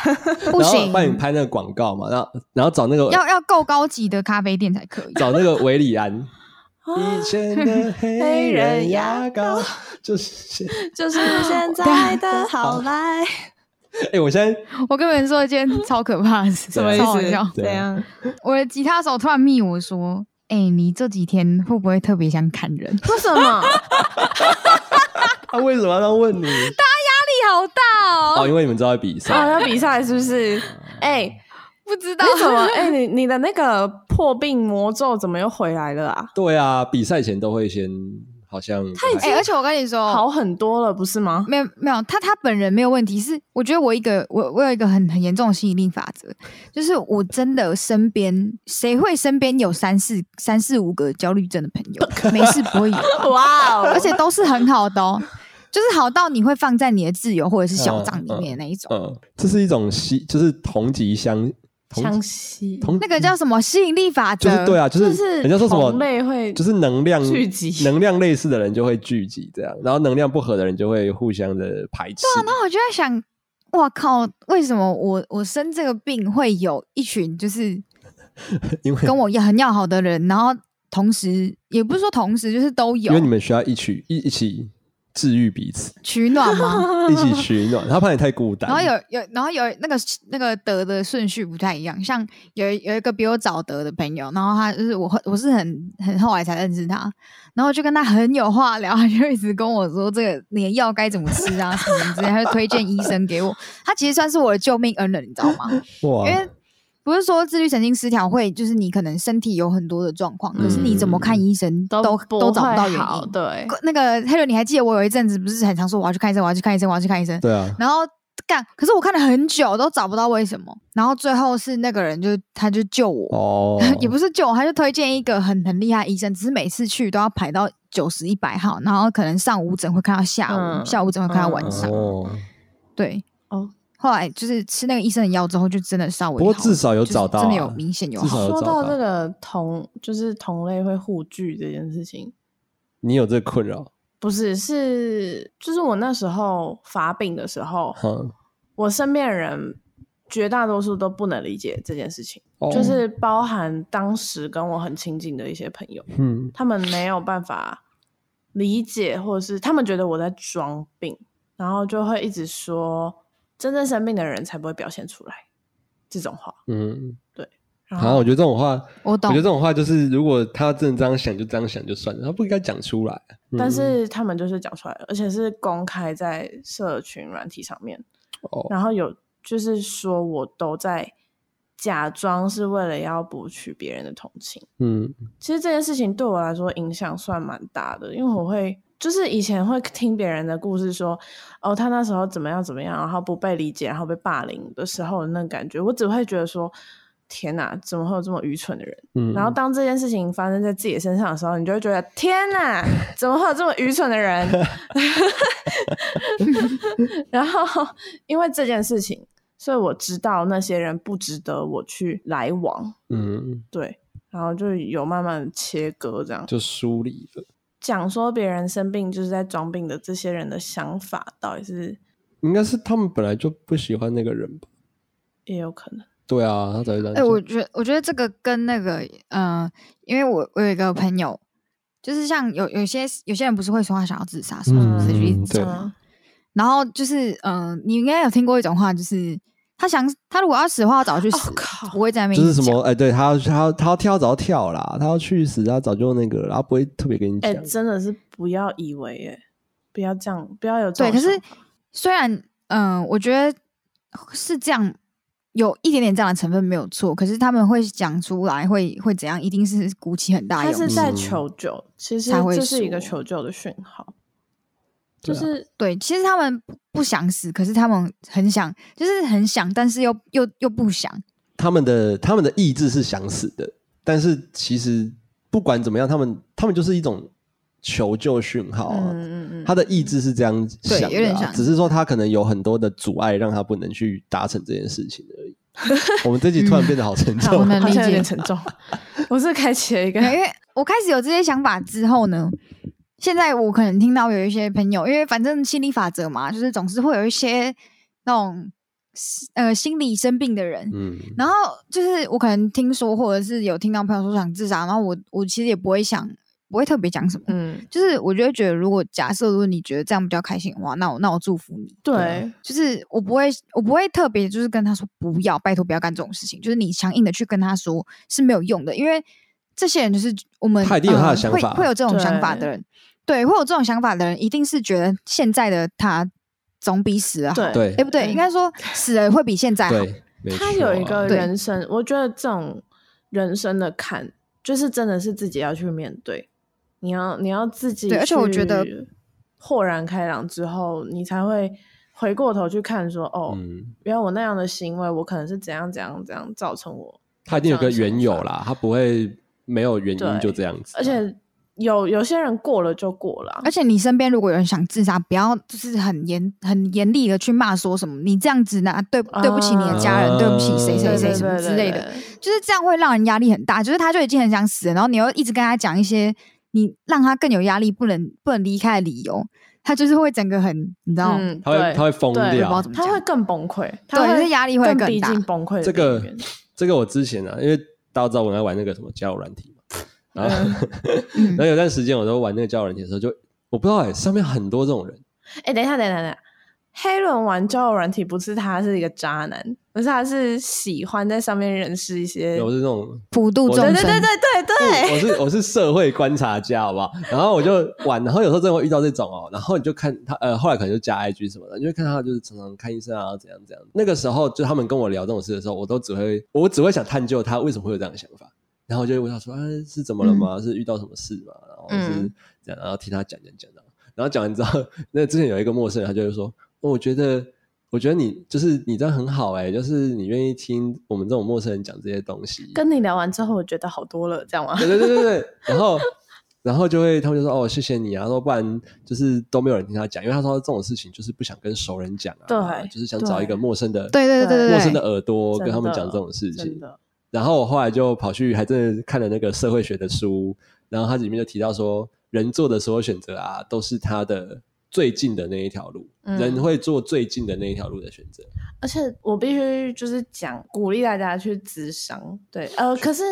Speaker 3: 不
Speaker 1: 然后帮你
Speaker 3: 行，
Speaker 1: 拍那个广告嘛，然后然后找那个
Speaker 3: 要要够高级的咖啡店 才可以。
Speaker 1: 找那个维里 安，以前的黑人牙膏就是现，
Speaker 2: 就是现在
Speaker 3: 啊
Speaker 2: 的好来，
Speaker 1: 哎、我现在
Speaker 3: 我跟你们说一件超可怕的事，
Speaker 1: 什么意
Speaker 3: 超好笑。
Speaker 1: 对啊
Speaker 2: 这样
Speaker 3: 我的吉他手突然密我说：“哎、你这几天会不会特别想砍人？”
Speaker 2: 为什么？
Speaker 1: 他、啊为什么要这样 问你？
Speaker 3: 力好大哦，
Speaker 1: 哦，因为你们知道在比
Speaker 2: 哦，
Speaker 3: 啊
Speaker 1: 赛，
Speaker 2: 要比赛是不 是？哎、
Speaker 3: 不知道
Speaker 2: 你怎么？哎、你你的那个破病魔咒怎么又回来了啊？
Speaker 1: 对啊，比赛前都会先好像
Speaker 3: 哎、而且我跟你
Speaker 1: 哦
Speaker 3: 说，
Speaker 2: 好很多了，不 是吗？
Speaker 3: 没有没有，他他本人没有问题，是我觉得我一个我我有一个很很严重的吸引力法则，就是我真的身边谁会身边有三四三四五个焦虑症的朋友，没事不会有 吧，
Speaker 2: 哇哦
Speaker 3: 而且都是很好的哦，就是好到你会放在你的自由或者是小账里面的那一种，
Speaker 1: 嗯，这是一种吸，就是同级相同
Speaker 2: 相吸，
Speaker 1: 同
Speaker 3: 那个叫什么吸引力法则？
Speaker 1: 嗯就是对啊，就
Speaker 2: 就是是
Speaker 1: 人家说什么
Speaker 2: 同类会
Speaker 1: 就是能量
Speaker 2: 聚集
Speaker 1: 能量类似的人就会聚集这样，然后能量不合的人就会互相的排斥。
Speaker 3: 那我就在想，哇靠，为什么我我生这个病会有一群就是
Speaker 1: 因为
Speaker 3: 跟我也很要好的人，然后同时也不是说同时，就是都有
Speaker 1: 因为你们需要一起一一起治愈彼此，
Speaker 3: 取暖吗？
Speaker 1: 一 起取暖。他怕你太孤单，
Speaker 3: 然后有有，然后有那个那个得的顺序不太一样，像有一有一个比我早得的朋友，然后他就是我后我是很很后来才认识他，然后就跟他很有话聊，他就一直跟我说这个你的药该怎么吃啊什么之类，他就推荐医生给我， 他其实算是我的救命恩人，你知道 吗？
Speaker 1: 哇
Speaker 3: 因，为不是说自律神经失调会就是你可能身体有很多的状况，可是你怎么看医生都
Speaker 2: 都
Speaker 3: 都找不到原
Speaker 2: 好，
Speaker 3: 因。
Speaker 2: 对，
Speaker 3: 那个 Hello，你还记得我有一阵子不是很常说我要去看医生，我要去看医生，我要去看医生，
Speaker 1: 对啊，
Speaker 3: 然后干，可是我看了很久都找不到为什么，然后最后是那个人就他就救我，，
Speaker 1: 哦
Speaker 3: 也不是救我，他就推荐一个很很厉害的医生，只是每次去都要排到九十一百号，然后可能上午诊会看到下午，
Speaker 2: 嗯
Speaker 3: 下午诊会看到晚
Speaker 2: 嗯
Speaker 3: 上，
Speaker 1: 哦，
Speaker 3: 对，
Speaker 2: 哦。
Speaker 3: 后来就是吃那个医生的药之后，就真的稍微
Speaker 1: 不过
Speaker 3: 好
Speaker 1: 至少有
Speaker 3: 就是
Speaker 1: 找到
Speaker 3: 真
Speaker 1: 啊
Speaker 3: 的有明显有
Speaker 1: 至少
Speaker 3: 好。
Speaker 1: 有
Speaker 2: 说
Speaker 1: 找
Speaker 2: 到
Speaker 1: 到
Speaker 2: 这个同，就是同类会互聚这件事情，
Speaker 1: 你有这个困扰，
Speaker 2: 不是是就是我那时候发病的时候，
Speaker 1: 哼，
Speaker 2: 我身边的人绝大多数都不能理解这件事情，
Speaker 1: 哦
Speaker 2: 就是包含当时跟我很亲近的一些朋友，
Speaker 1: 嗯，
Speaker 2: 他们没有办法理解，或者是他们觉得我在装病，然后就会一直说真正生病的人才不会表现出来这种话。
Speaker 1: 嗯，
Speaker 2: 然
Speaker 1: 好，我
Speaker 2: 后
Speaker 1: 觉得这种话，
Speaker 3: 我
Speaker 1: 我
Speaker 3: 懂
Speaker 1: 觉得这，种话就是，如果他真的这样想，就这样想就算了，他不应该讲出来。嗯
Speaker 2: 但是他们就是讲出来了，而且是公开在社群软体上面，
Speaker 1: 哦，
Speaker 2: 然后有就是说我都在假装是为了要博取别人的同情。
Speaker 1: 嗯，
Speaker 2: 其实这件事情对我来说影响算蛮大的，因为我会就是以前会听别人的故事说，哦，他那时候怎么样怎么样，然后不被理解，然后被霸凌的时候的那个感觉，我只会觉得说，天哪，怎么会有这么愚蠢的人？
Speaker 1: 嗯，
Speaker 2: 然后当这件事情发生在自己的身上的时候，你就会觉得天哪，怎么会有这么愚蠢的人？ 然后因为这件事情，所以我知道那些人不值得我去来往。
Speaker 1: 嗯，
Speaker 2: 对，然后就有慢慢切割这样。
Speaker 1: 就梳理了，
Speaker 2: 讲说别人生病就是在装病的这些人的想法，到底是
Speaker 1: 应该是他们本来就不喜欢那个人吧？
Speaker 2: 也有可能。
Speaker 1: 对啊，他才会这样
Speaker 3: 哎、
Speaker 1: 讲。
Speaker 3: 我觉得我觉得这个跟那个，呃，因为我我有一个朋友，就是像有有些有些人不是会说他想要自杀什么
Speaker 2: 嗯
Speaker 3: 自己
Speaker 1: 对
Speaker 3: 走吗？然后就是，嗯、你应该有听过一种话，就是他想他如果要死的话，早就死
Speaker 2: 哦
Speaker 3: 了，
Speaker 2: 靠
Speaker 3: 不会在那边
Speaker 1: 就是什
Speaker 3: 讲
Speaker 1: 么哎，对他他他要跳早跳啦，他要去死，他早就那个了，他不会特别跟你
Speaker 2: 哎、
Speaker 1: 讲。
Speaker 2: 真的是不要以为哎、不要这样，不要有这
Speaker 3: 对，
Speaker 2: 种
Speaker 3: 可是
Speaker 2: 想法
Speaker 3: 虽然嗯、呃我觉得是这样，有一点点这样的成分没有错，可是他们会讲出来会会怎样，一定是鼓起很大
Speaker 2: 他
Speaker 3: 勇
Speaker 2: 是
Speaker 3: 气。
Speaker 2: 在
Speaker 1: 嗯
Speaker 2: 求救，其实
Speaker 3: 才会
Speaker 2: 这是一
Speaker 3: 说
Speaker 2: 个求救的讯号，就
Speaker 1: 对啊
Speaker 2: 是
Speaker 3: 对，其实他们不不想死，可是他们很想，就是很想，但是又又又不想。
Speaker 1: 他们的他们的意志是想死的，但是其实不管怎么样，他们他们就是一种求救讯号啊。
Speaker 2: 嗯嗯
Speaker 1: 他的意志是这样
Speaker 3: 对
Speaker 1: 想
Speaker 3: 有
Speaker 1: 的、
Speaker 3: 点
Speaker 1: 啊，
Speaker 3: 像
Speaker 1: 只是说他可能有很多的阻碍，让他不能去达成这件事情而 已。我们这集突然变得好沉
Speaker 2: 嗯好
Speaker 1: 重，啊
Speaker 3: 能
Speaker 2: 好
Speaker 3: 理
Speaker 2: 像有
Speaker 3: 解
Speaker 2: 点沉重。 我是开启了一个
Speaker 3: 没有因为我开始有这些想法之后呢，现在我可能听到有一些朋友，因为反正心理法则嘛，就是总是会有一些那种呃心理生病的人，
Speaker 1: 嗯，
Speaker 3: 然后就是我可能听说，或者是有听到朋友说想自杀，然后我我其实也不会想，不会特别讲什么，
Speaker 2: 嗯，
Speaker 3: 就是我就会觉得，如果假设如果你觉得这样比较开心的话，那我那我祝福你。
Speaker 2: 对，
Speaker 1: 啊
Speaker 3: 就是我不会，我不会特别就是跟他说不要，拜托不要干这种事情。就是你强硬的去跟他说是没有用的，因为这些人就是我们
Speaker 1: 他一定有他的
Speaker 3: 呃
Speaker 1: 想法
Speaker 3: 会会有这种想法
Speaker 2: 对
Speaker 3: 的人，对，会有这种想法的人，一定是觉得现在的他总比死了好。
Speaker 2: 对
Speaker 1: 对
Speaker 3: 哎，不对，
Speaker 2: 对
Speaker 3: 应该说死了会比现在好。
Speaker 1: 对，没
Speaker 2: 他
Speaker 1: 错
Speaker 2: 有一
Speaker 1: 啊
Speaker 2: 个
Speaker 3: 对
Speaker 2: 人生，我觉得这种人生的坎，就是真的是自己要去面对。你要你要自己
Speaker 3: 对而且我觉得
Speaker 2: 去豁然开朗之后，你才会回过头去看说，哦，
Speaker 1: 嗯，
Speaker 2: 原来我那样的行为，我可能是怎样怎样怎样造成我
Speaker 1: 他一定有个
Speaker 2: 这样的
Speaker 1: 缘由
Speaker 2: 想法
Speaker 1: 啦，他不会没有原因
Speaker 2: 对
Speaker 1: 就这样子啊。
Speaker 2: 而且有有些人过了就过了啊、
Speaker 3: 而且你身边如果有人想自杀，不要就是很严很严厉的去骂说什么，你这样子呢，对对不起你的家人，
Speaker 1: 啊
Speaker 3: 对不起谁
Speaker 2: 对对
Speaker 3: 谁谁
Speaker 2: 对
Speaker 3: 什么
Speaker 2: 对
Speaker 3: 之类
Speaker 2: 对
Speaker 3: 的，就是这样会让人压力很大。就是他就已经很想死了，然后你又一直跟他讲一些你让他更有压力，不能不能离开的理由，他就是会整个很你知道。
Speaker 2: 嗯，
Speaker 1: 他会
Speaker 2: 对
Speaker 1: 他会疯
Speaker 2: 对
Speaker 1: 掉
Speaker 3: 我不知道，怎么
Speaker 2: 他
Speaker 3: 讲
Speaker 2: 会更崩溃，他
Speaker 3: 就是压力会
Speaker 2: 更
Speaker 3: 更
Speaker 2: 逼
Speaker 3: 大
Speaker 2: 近崩溃的
Speaker 1: 这个
Speaker 2: 边缘
Speaker 1: 这个我之前啊，因为大家知道我在玩那个什么交友软体嘛，然后、
Speaker 3: 嗯
Speaker 1: 然后有段时间我都玩那个交友软体的时候就，我不知道哎、上面很多这种人，
Speaker 2: 哎、等一下，等一下，等一下。黑人玩交友软体，不是他是一个渣男，而是他是喜欢在上面认识一些。
Speaker 1: 我是那种
Speaker 3: 普度众
Speaker 2: 对
Speaker 3: 生，
Speaker 2: 对对对对对，
Speaker 1: 我是我是社会观察家，好不好？然后我就玩，然后有时候真的会遇到这种哦，然后你就看他呃，后来可能就加 IG 什么的，你就会看他就是常常看医生啊，怎样怎样。那个时候就他们跟我聊这种事的时候，我都只会我只会想探究他为什么会有这样的想法，然后我就会问他说啊是怎么了吗？是遇到什么事吗？然后是
Speaker 2: 嗯
Speaker 1: 这样，然后听他讲讲讲讲，然后讲完之后，那之前有一个陌生人，他就会说，哦、我觉得。我觉得你就是你这样很好哎、就是你愿意听我们这种陌生人讲这些东西，
Speaker 2: 跟你聊完之后，我觉得好多了，这样 吗？
Speaker 1: 对对对对对，然后然后就会他们就说哦谢谢你啊，说不然就是都没有人听他讲，因为他说这种事情就是不想跟熟人讲啊，
Speaker 2: 对
Speaker 1: 就是想找一个陌生的
Speaker 3: 对对对对
Speaker 1: 陌
Speaker 3: 对
Speaker 1: 生的
Speaker 3: 对，
Speaker 1: 耳朵
Speaker 2: 真的
Speaker 1: 跟他们讲这种事情
Speaker 2: 真。的，
Speaker 1: 然后我后来就跑去还真的看了那个社会学的书，然后它里面就提到说，人做的所有选择啊，都是他的最近的那一条路，
Speaker 2: 嗯
Speaker 1: 人会做最近的那一条路的选择。
Speaker 2: 而且我必须就是讲鼓励大家去咨商，对，呃，可是，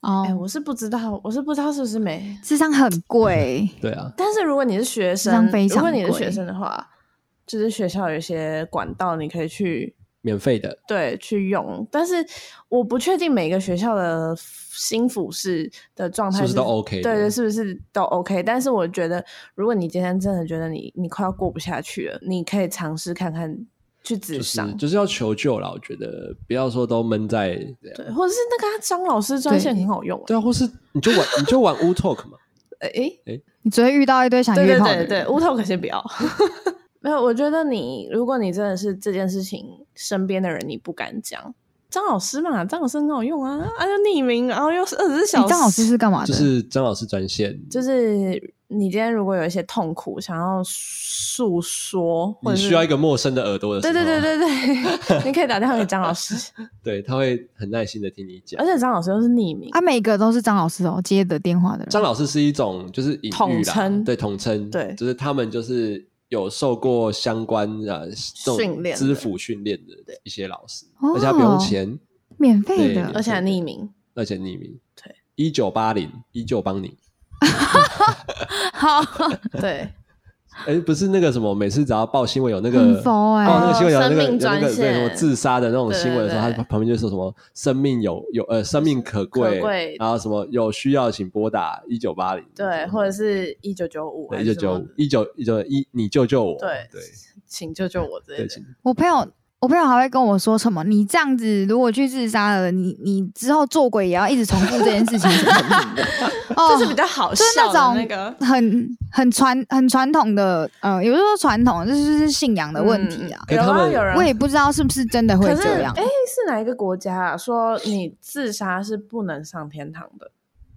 Speaker 3: 哦
Speaker 2: 哎、我是不知道，我是不知道是不是没，
Speaker 3: 智商很贵，
Speaker 1: 对啊，
Speaker 2: 但是如果你是学
Speaker 3: 商
Speaker 2: 生，
Speaker 3: 非
Speaker 2: 如果
Speaker 3: 常
Speaker 2: 你是
Speaker 3: 贵
Speaker 2: 学生的话，就是学校有一些管道，你可以去
Speaker 1: 免费的，
Speaker 2: 对去用，但是我不确定每个学校的新辅室的状态
Speaker 1: 是不是都 OK
Speaker 2: 对
Speaker 1: 的
Speaker 2: 对，是不是都 OK？但是我觉得，如果你今天真的觉得你你快要过不下去了，你可以尝试看看去
Speaker 1: 就
Speaker 2: 自
Speaker 1: 是
Speaker 2: 商，
Speaker 1: 就是要求救啦。我觉得不要说都闷在这样
Speaker 2: 对，或者是那个啊张老师专线
Speaker 3: 对
Speaker 2: 很好用、
Speaker 1: 对啊，或是你就玩你就玩 U Talk 嘛，
Speaker 2: 哎诶
Speaker 3: 你只会遇到一堆想
Speaker 2: 对
Speaker 3: 约
Speaker 2: 对
Speaker 3: 炮的
Speaker 2: 对
Speaker 3: 人。
Speaker 2: 对，乌头可先不要。 没有，我觉得你如果你真的是这件事情身边的人，你不敢讲。张老师嘛，张老师很好用啊，啊就匿名，然后又是二十四小
Speaker 3: 你
Speaker 2: 时。
Speaker 3: 张老师是干
Speaker 2: 啊
Speaker 3: 嘛的？
Speaker 1: 就是张老师专线，
Speaker 2: 就是你今天如果有一些痛苦想要诉说，或
Speaker 1: 你
Speaker 2: 者是
Speaker 1: 需要一个陌生的耳朵的时
Speaker 2: 对
Speaker 1: 候，
Speaker 2: 对对对对， 你可以打电话给张老师，
Speaker 1: 对，他会很耐心的听你讲
Speaker 2: 而。且张老师又是匿名，
Speaker 3: 啊，每个都是张老师哦接的电话的人。
Speaker 1: 张老师是一种就是隐喻啦
Speaker 2: 统称
Speaker 1: 对统称，
Speaker 2: 对
Speaker 1: 就是他们就是有受过相关呃这种
Speaker 2: 训练的
Speaker 1: 知府训练的一些老师，
Speaker 3: 哦
Speaker 1: 而且他不用钱，
Speaker 3: 免费
Speaker 1: 对
Speaker 3: 的
Speaker 2: 而且还匿名，
Speaker 1: 而且匿名。
Speaker 2: 对，
Speaker 1: 一九八零依旧帮你，
Speaker 3: 好，
Speaker 2: 对，
Speaker 1: 哎，不是那个什么，每次只要报新闻有那个
Speaker 3: 很佛欸
Speaker 1: 报那个新闻有那个
Speaker 2: 哦生
Speaker 1: 有那
Speaker 2: 命专
Speaker 1: 个对
Speaker 2: 线
Speaker 1: 什么自杀的那种
Speaker 2: 对对
Speaker 1: 新闻的时候，
Speaker 2: 对
Speaker 1: 他旁边就说什么生命有有呃生命可贵
Speaker 2: 可，贵
Speaker 1: 然后什么有需要请拨打一九八零，
Speaker 2: 对，或者是一九九五，
Speaker 1: 一九九一九一九一你救救我，
Speaker 2: 对请救救我之类
Speaker 1: 对对，
Speaker 2: 的，
Speaker 1: 请
Speaker 3: 我朋友，我朋友还会跟我说什么？你这样子，如果去自杀了，你你之后做鬼也要一直重复这件事情，什么什么 的。哦，
Speaker 2: 就是比较好
Speaker 3: 就是
Speaker 2: 笑的那
Speaker 3: 那
Speaker 2: 个
Speaker 3: 种。很很传很传统的，呃，有时候传统这就是信仰的问题啊。
Speaker 1: 可
Speaker 2: 有
Speaker 1: 他
Speaker 2: 啊，
Speaker 1: 们
Speaker 2: 有人
Speaker 3: 我也不知道是不是真的会
Speaker 2: 可是，
Speaker 3: 这样
Speaker 2: 哎、，是哪一个国家啊？说你自杀是不能上天堂的？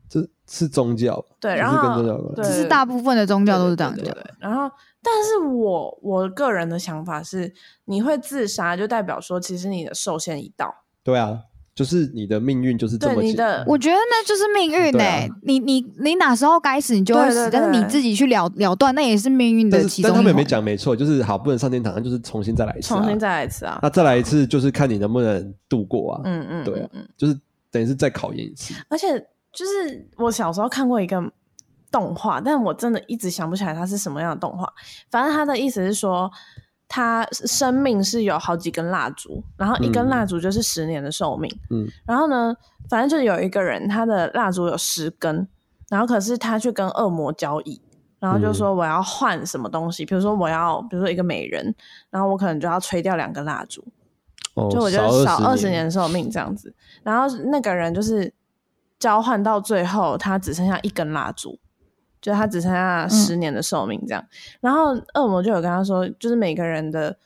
Speaker 1: 这是宗教，
Speaker 2: 对，
Speaker 1: 这
Speaker 2: 然
Speaker 1: 是跟
Speaker 2: 后
Speaker 1: 宗教有关
Speaker 2: 对
Speaker 3: 只是大部分的宗教都是这样
Speaker 2: 对对。
Speaker 3: 讲
Speaker 2: 对对然后，但是我我个人的想法是，你会自杀就代表说，其实你的受限已到。
Speaker 1: 对啊，就是你的命运就是这
Speaker 2: 对
Speaker 1: 么
Speaker 2: 你
Speaker 1: 紧
Speaker 2: 的
Speaker 3: 我觉得那就是命运
Speaker 1: 对
Speaker 3: 哎、
Speaker 1: 啊
Speaker 3: 你你你哪时候该死你就会死，
Speaker 2: 对对对
Speaker 3: 但是你自己去了了断，那也是命运
Speaker 1: 但
Speaker 3: 的
Speaker 1: 是
Speaker 3: 其
Speaker 1: 但
Speaker 3: 中一
Speaker 1: 他
Speaker 3: 环。
Speaker 1: 们也没讲没错，就是好不能上天堂，那就是重新再来一次啊，
Speaker 2: 重新再来一次啊！
Speaker 1: 那再来一次就是看你能不能度过啊，
Speaker 2: 嗯嗯，
Speaker 1: 对啊
Speaker 2: 嗯嗯。
Speaker 1: 就是等于是再考验一次。
Speaker 2: 而且就是我小时候看过一个动画，但我真的一直想不起来它是什么样的动画。反正他的意思是说，他生命是有好几根蜡烛，然后一根
Speaker 1: 嗯
Speaker 2: 蜡烛就是十年的寿命。
Speaker 1: 嗯，
Speaker 2: 然后呢，反正就有一个人，他的蜡烛有十根，然后可是他去跟恶魔交易。然后
Speaker 1: 嗯
Speaker 2: 就说我要换什么东西，比如说我要，比如说一个美人，然后我可能就要吹掉两根蜡烛，
Speaker 1: 哦
Speaker 2: 就我觉
Speaker 1: 少
Speaker 2: 得少二
Speaker 1: 20
Speaker 2: 十年寿命这样子。然后那个人就是交换到最后，他只剩下一根蜡烛，就他只剩下十年的寿命这样。然后恶魔就有跟他说，就是每个人的，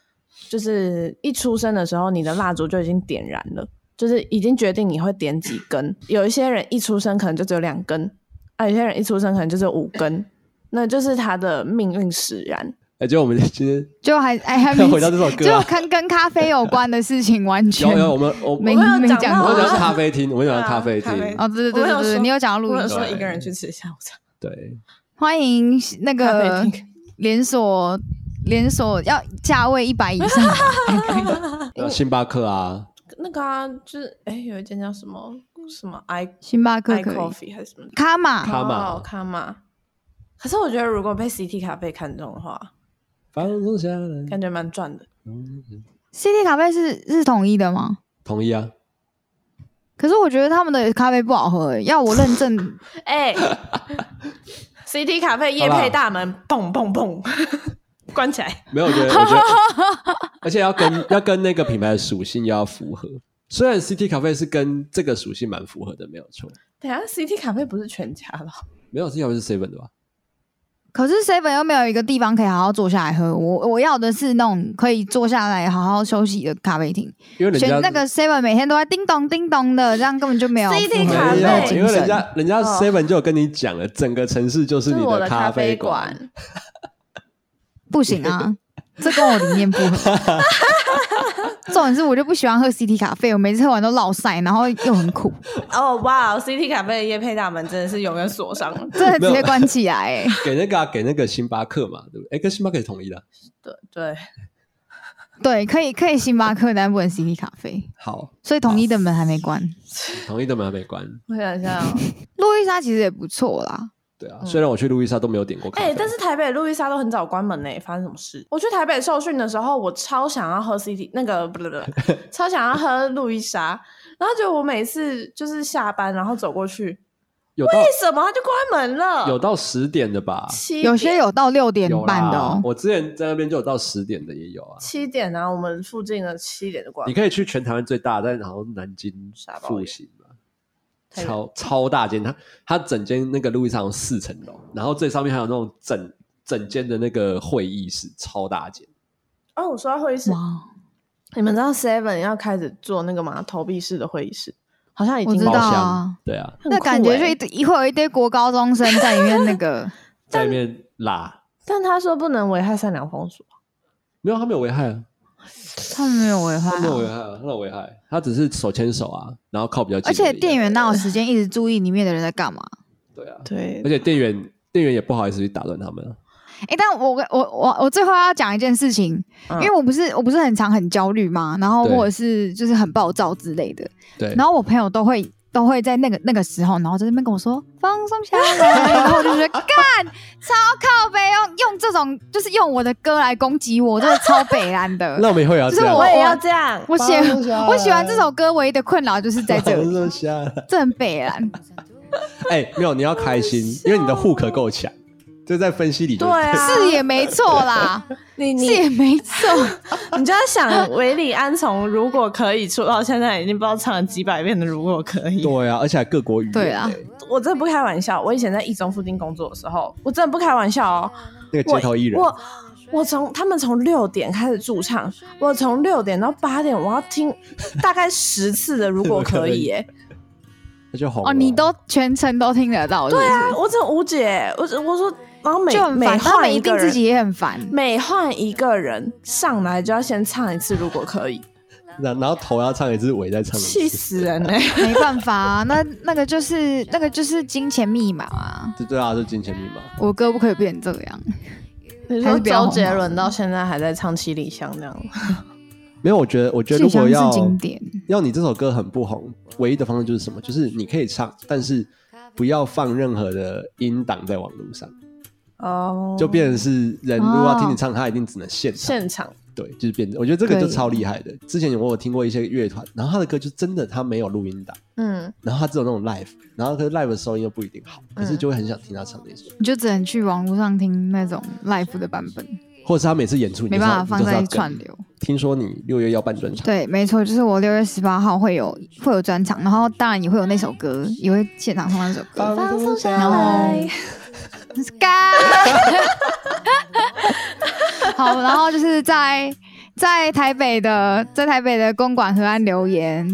Speaker 2: 就是一出生的时候，你的蜡烛就已经点燃了，就是已经决定你会点几根。有一些人一出生可能就只有两根，啊，有些人一出生可能就只有五根，那就是他的命运使然。
Speaker 1: 哎，结果我们今天
Speaker 3: 就还哎还 没
Speaker 1: 要回到这首歌
Speaker 3: 就
Speaker 1: 啊，
Speaker 3: 跟跟咖啡有关的事情完全
Speaker 1: 有有我们我
Speaker 3: 没
Speaker 1: 们
Speaker 2: 我们有
Speaker 3: 没
Speaker 2: 讲
Speaker 3: 讲
Speaker 2: 到
Speaker 1: 我
Speaker 3: 过
Speaker 1: 们讲
Speaker 2: 啊
Speaker 1: 咖啡厅，我们讲
Speaker 2: 对啊
Speaker 1: 咖啡厅
Speaker 2: 咖，啡
Speaker 3: 哦，对对对
Speaker 2: 我有
Speaker 3: 对对，
Speaker 2: 说
Speaker 3: 你有讲到
Speaker 2: 我
Speaker 3: 录
Speaker 2: 有
Speaker 3: 音，
Speaker 2: 说
Speaker 1: 对
Speaker 2: 一个人去吃下午茶，
Speaker 1: 对，
Speaker 3: 欢迎那
Speaker 2: 咖
Speaker 3: 个
Speaker 2: 啡厅
Speaker 3: 连锁连锁要价位一百以上才可以。
Speaker 1: 呃星巴克啊，
Speaker 2: 那个啊，就是哎，有一间叫什么什么 I
Speaker 3: 星巴克
Speaker 2: I
Speaker 3: 可以，
Speaker 2: Coffee 还是什么的
Speaker 3: 卡玛
Speaker 1: 卡玛
Speaker 2: 哦卡玛。可是我觉得，如果被 CT 咖啡看中的话，
Speaker 1: 放松下来，
Speaker 2: 感觉蛮赚的。
Speaker 1: 嗯
Speaker 3: CT 咖啡是是统一的吗？
Speaker 1: 同意啊，
Speaker 3: 可是我觉得他们的咖啡不好喝、欸，要我认证
Speaker 2: 哎、c t 咖啡夜配大门，砰砰砰， 关起来。
Speaker 1: 没有，我觉得，我觉 得，而且要跟要跟那个品牌的属性要符合。虽然 CT 咖啡是跟这个属性蛮符合的，没有错。
Speaker 2: 等一下 CT 咖啡不是全家的哦，
Speaker 1: 没有 CT 咖啡是 seven 的吧？
Speaker 3: 可是 seven 又没有一个地方可以好好坐下来喝，我我要的是那种可以坐下来好好休息的咖啡厅。
Speaker 1: 因为人家
Speaker 3: 选那个 seven 每天都在叮咚叮咚的，这样根本就没有
Speaker 2: CD
Speaker 3: 符合
Speaker 2: 咖啡
Speaker 1: 没
Speaker 3: 人家的
Speaker 1: 有，因
Speaker 3: 精
Speaker 1: 为人
Speaker 3: 神。
Speaker 1: 家人家
Speaker 2: 哦
Speaker 1: seven 就有跟你讲了，整个城市就是
Speaker 2: 是
Speaker 1: 你
Speaker 2: 我的
Speaker 1: 咖
Speaker 2: 啡
Speaker 1: 馆。。
Speaker 3: 不行 啊，这跟我理念不合。重点是我就不喜欢喝 CT 咖啡，我每次喝完都落晒，然后又很 苦，
Speaker 2: 哦哇，CT 咖啡的夜配大门真的是永远锁上了。
Speaker 3: 这直接关起来、欸。
Speaker 1: 给那个啊、给那个星巴克嘛，对不对？哎，跟星巴克也统一的。
Speaker 2: 对对，
Speaker 3: 对，可以可以星巴克，但不能 CT 咖啡。
Speaker 1: 好，
Speaker 3: 所以统一的门还没关。
Speaker 1: 统一的门还没关。
Speaker 2: 我想一下哦、
Speaker 3: 路易莎其实也不错啦，
Speaker 1: 对啊，虽然我去路易莎都没有点过咖
Speaker 2: 嗯哎、
Speaker 1: 啡，
Speaker 2: 但是台北路易莎都很早关门呢、发生什么事？我去台北受训的时候，我超想要喝 CT 那个不 不不，超想要喝路易莎，然后就我每次就是下班然后走过去，为
Speaker 1: 有到
Speaker 2: 什么它就关门了？
Speaker 1: 有到十点的吧？
Speaker 2: 七
Speaker 3: 有些
Speaker 2: 点
Speaker 3: 有到六点
Speaker 1: 有
Speaker 3: 半的
Speaker 1: 啦
Speaker 3: 哦，。
Speaker 1: 我之前在那边就有到十点的也有啊。
Speaker 2: 七点啊，我们附近的七点就关
Speaker 1: 你
Speaker 2: 门。
Speaker 1: 可以去全台湾最大，但好像南京
Speaker 2: 傻爆
Speaker 1: 复
Speaker 2: 眼
Speaker 1: 兴嘛，
Speaker 2: 太远
Speaker 1: 超超大间，它它整间那个路易莎有四层楼，然后最上面还有那种整整间的那个会议室，超大间。
Speaker 2: 哦，我说到会议室，
Speaker 3: 哇，
Speaker 2: 你们知道 Seven 要开始做那个吗？投币式的会议室，好像已
Speaker 3: 我
Speaker 2: 经
Speaker 3: 知
Speaker 1: 包
Speaker 3: 道
Speaker 1: 厢
Speaker 3: 啊，
Speaker 1: 对啊，
Speaker 2: 很
Speaker 3: 那
Speaker 2: 酷
Speaker 3: 感觉就
Speaker 2: 欸
Speaker 3: 一堆一会有一堆国高中生在里面那 个
Speaker 1: 在里面拉，
Speaker 2: 但他说不能危害善良风俗。
Speaker 1: 没有他没有危害啊，
Speaker 3: 他们没有危害、
Speaker 1: 他没有危
Speaker 3: 啊，
Speaker 1: 害啊，他没有危害，他只是手牵手啊，然后靠比较近
Speaker 3: 而
Speaker 1: 已啊。
Speaker 3: 且店员哪有时间一直注意里面的人在干嘛？
Speaker 1: 对啊，
Speaker 2: 对
Speaker 1: 而，且店员店员也不好意思去打断他们啊。
Speaker 3: 哎、但我我我我最后要讲一件事情，
Speaker 2: 嗯
Speaker 3: 因为我不是我不是很常很焦虑嘛，然后
Speaker 1: 对
Speaker 3: 或者是就是很暴躁之类的，
Speaker 1: 对，
Speaker 3: 然后我朋友都会都会在那个那个时候，然后在那边跟我说放松下来， 然后我就觉得干超靠北，用用这种就是用我的歌来攻击我，真的超北蓝 的
Speaker 1: 那。我们以后也要
Speaker 3: 就是
Speaker 1: 这样
Speaker 3: 我
Speaker 2: 我
Speaker 1: 啊。
Speaker 2: 也要 这样。
Speaker 3: 我喜
Speaker 1: 放下来
Speaker 3: 我喜欢这首歌，唯一的困扰就是在这
Speaker 1: 放
Speaker 3: 里，
Speaker 1: 松下来
Speaker 3: 这很北 蓝。
Speaker 1: 哎，没有，你要开心，
Speaker 3: 哦
Speaker 1: 因为你的户口够强，就在分析里就
Speaker 2: 对啊，
Speaker 3: 是也没错啦，
Speaker 2: 你哦
Speaker 3: 是
Speaker 2: 你
Speaker 3: 也 没错。
Speaker 2: 你就在想，维里安从如果可以出到现在已经不知道唱了几百遍的如果可以，
Speaker 1: 对啊，而且还各国语言、
Speaker 3: 对啊
Speaker 1: 欸
Speaker 2: 我真的不开玩笑。我以前在一中附近工作的时候，我真的不开玩笑哦。
Speaker 1: 那个 街头艺人，
Speaker 2: 我我从他们从六点开始驻唱，我从六点到八点，我要 听大概十次的如果可以、耶。
Speaker 1: 他就红了
Speaker 3: 哦，你都全程都听得到，对
Speaker 2: 对啊，我真的无解。我只我说，然后每
Speaker 3: 就很
Speaker 2: 每
Speaker 3: 烦。他
Speaker 2: 换
Speaker 3: 们
Speaker 2: 一
Speaker 3: 一定
Speaker 2: 个人
Speaker 3: 自己也 很烦。
Speaker 2: 每换一个人上来就要先唱一次，如果可以，
Speaker 1: 然然后头要唱一次，尾再唱一
Speaker 2: 气
Speaker 1: 次，
Speaker 2: 死人嘞、欸
Speaker 3: 没办法、啊，那那个就是那个就是金钱密码啊！
Speaker 1: 对对啊，就金钱密码。
Speaker 3: 我歌不可以变这样，
Speaker 2: 你
Speaker 3: 还
Speaker 2: 说
Speaker 3: 是不要
Speaker 2: 周
Speaker 3: 红
Speaker 2: 杰
Speaker 3: 好
Speaker 2: 伦到现在还在唱《七里香》那样，
Speaker 1: 没有，我觉得，我觉得
Speaker 3: 这
Speaker 1: 如果
Speaker 3: 像
Speaker 1: 要
Speaker 3: 是经典。
Speaker 1: 要你这首歌很不红，唯一的方式就是什么？就是你可以唱，但是不要放任何的音档在网络上，
Speaker 2: 哦，
Speaker 1: 就变成是人如果要听你
Speaker 3: 哦
Speaker 1: 唱，他一定只能现场。
Speaker 2: 现场
Speaker 1: 对，就是变成，我觉得这个就
Speaker 3: 对
Speaker 1: 超厉害的。之前有我有听过一些乐团，然后他的歌就真的他没有录音档，
Speaker 2: 嗯，
Speaker 1: 然后他只有那种 live，然后可是 live 的收音又不一定好，可是
Speaker 2: 嗯
Speaker 1: 就会很想听他唱那首。
Speaker 3: 你就只能去网络上听那种 live 的版本，
Speaker 1: 或者是他每次演出你就
Speaker 3: 没
Speaker 1: 知道
Speaker 3: 办法放在
Speaker 1: 你就知道
Speaker 3: 串
Speaker 1: 梗
Speaker 3: 流。
Speaker 1: 听说你六月要办专场，
Speaker 3: 对，没错，就是我六月十八号会有会有专场，然后当然也会有那首歌，也会现场唱那首歌。
Speaker 1: 放松下
Speaker 3: 然后
Speaker 1: 来，
Speaker 3: 好，然后就是在在台北的在台北的公馆河岸留言，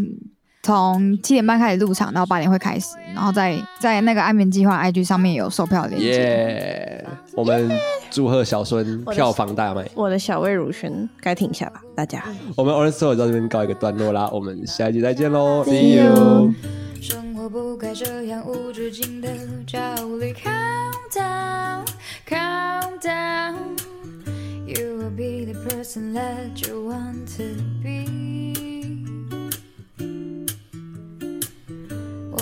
Speaker 3: 从七点半开始入场，然后八点会开始，然后在在那个安眠计划 IG 上面有售票链接。
Speaker 1: 耶！我们祝贺小孙票房大卖。
Speaker 2: 我的小魏如萱该停下吧，大家。
Speaker 1: 我们 Orange Talk 到这边告一个段落啦，我们下一集再见喽，See you。
Speaker 5: 生活不该这样无止境的焦虑。Countdown, countdown, you will be the person that you want to be。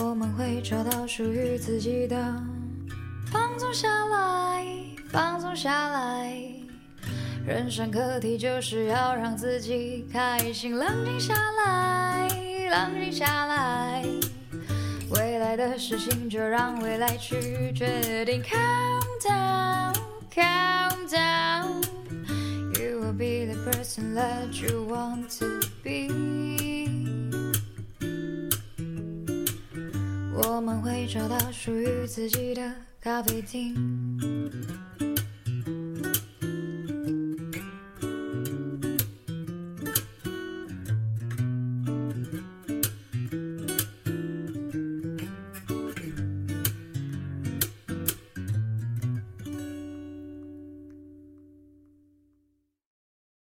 Speaker 5: 我们会找到属于自己的，放松下来，放松下来。人生课题就是要让自己开心，冷静下来，冷静下来。未来的事情就让未来去决定。Countdown, countdown, you will be the person that you want to be。我们会找到属于自己的咖啡厅，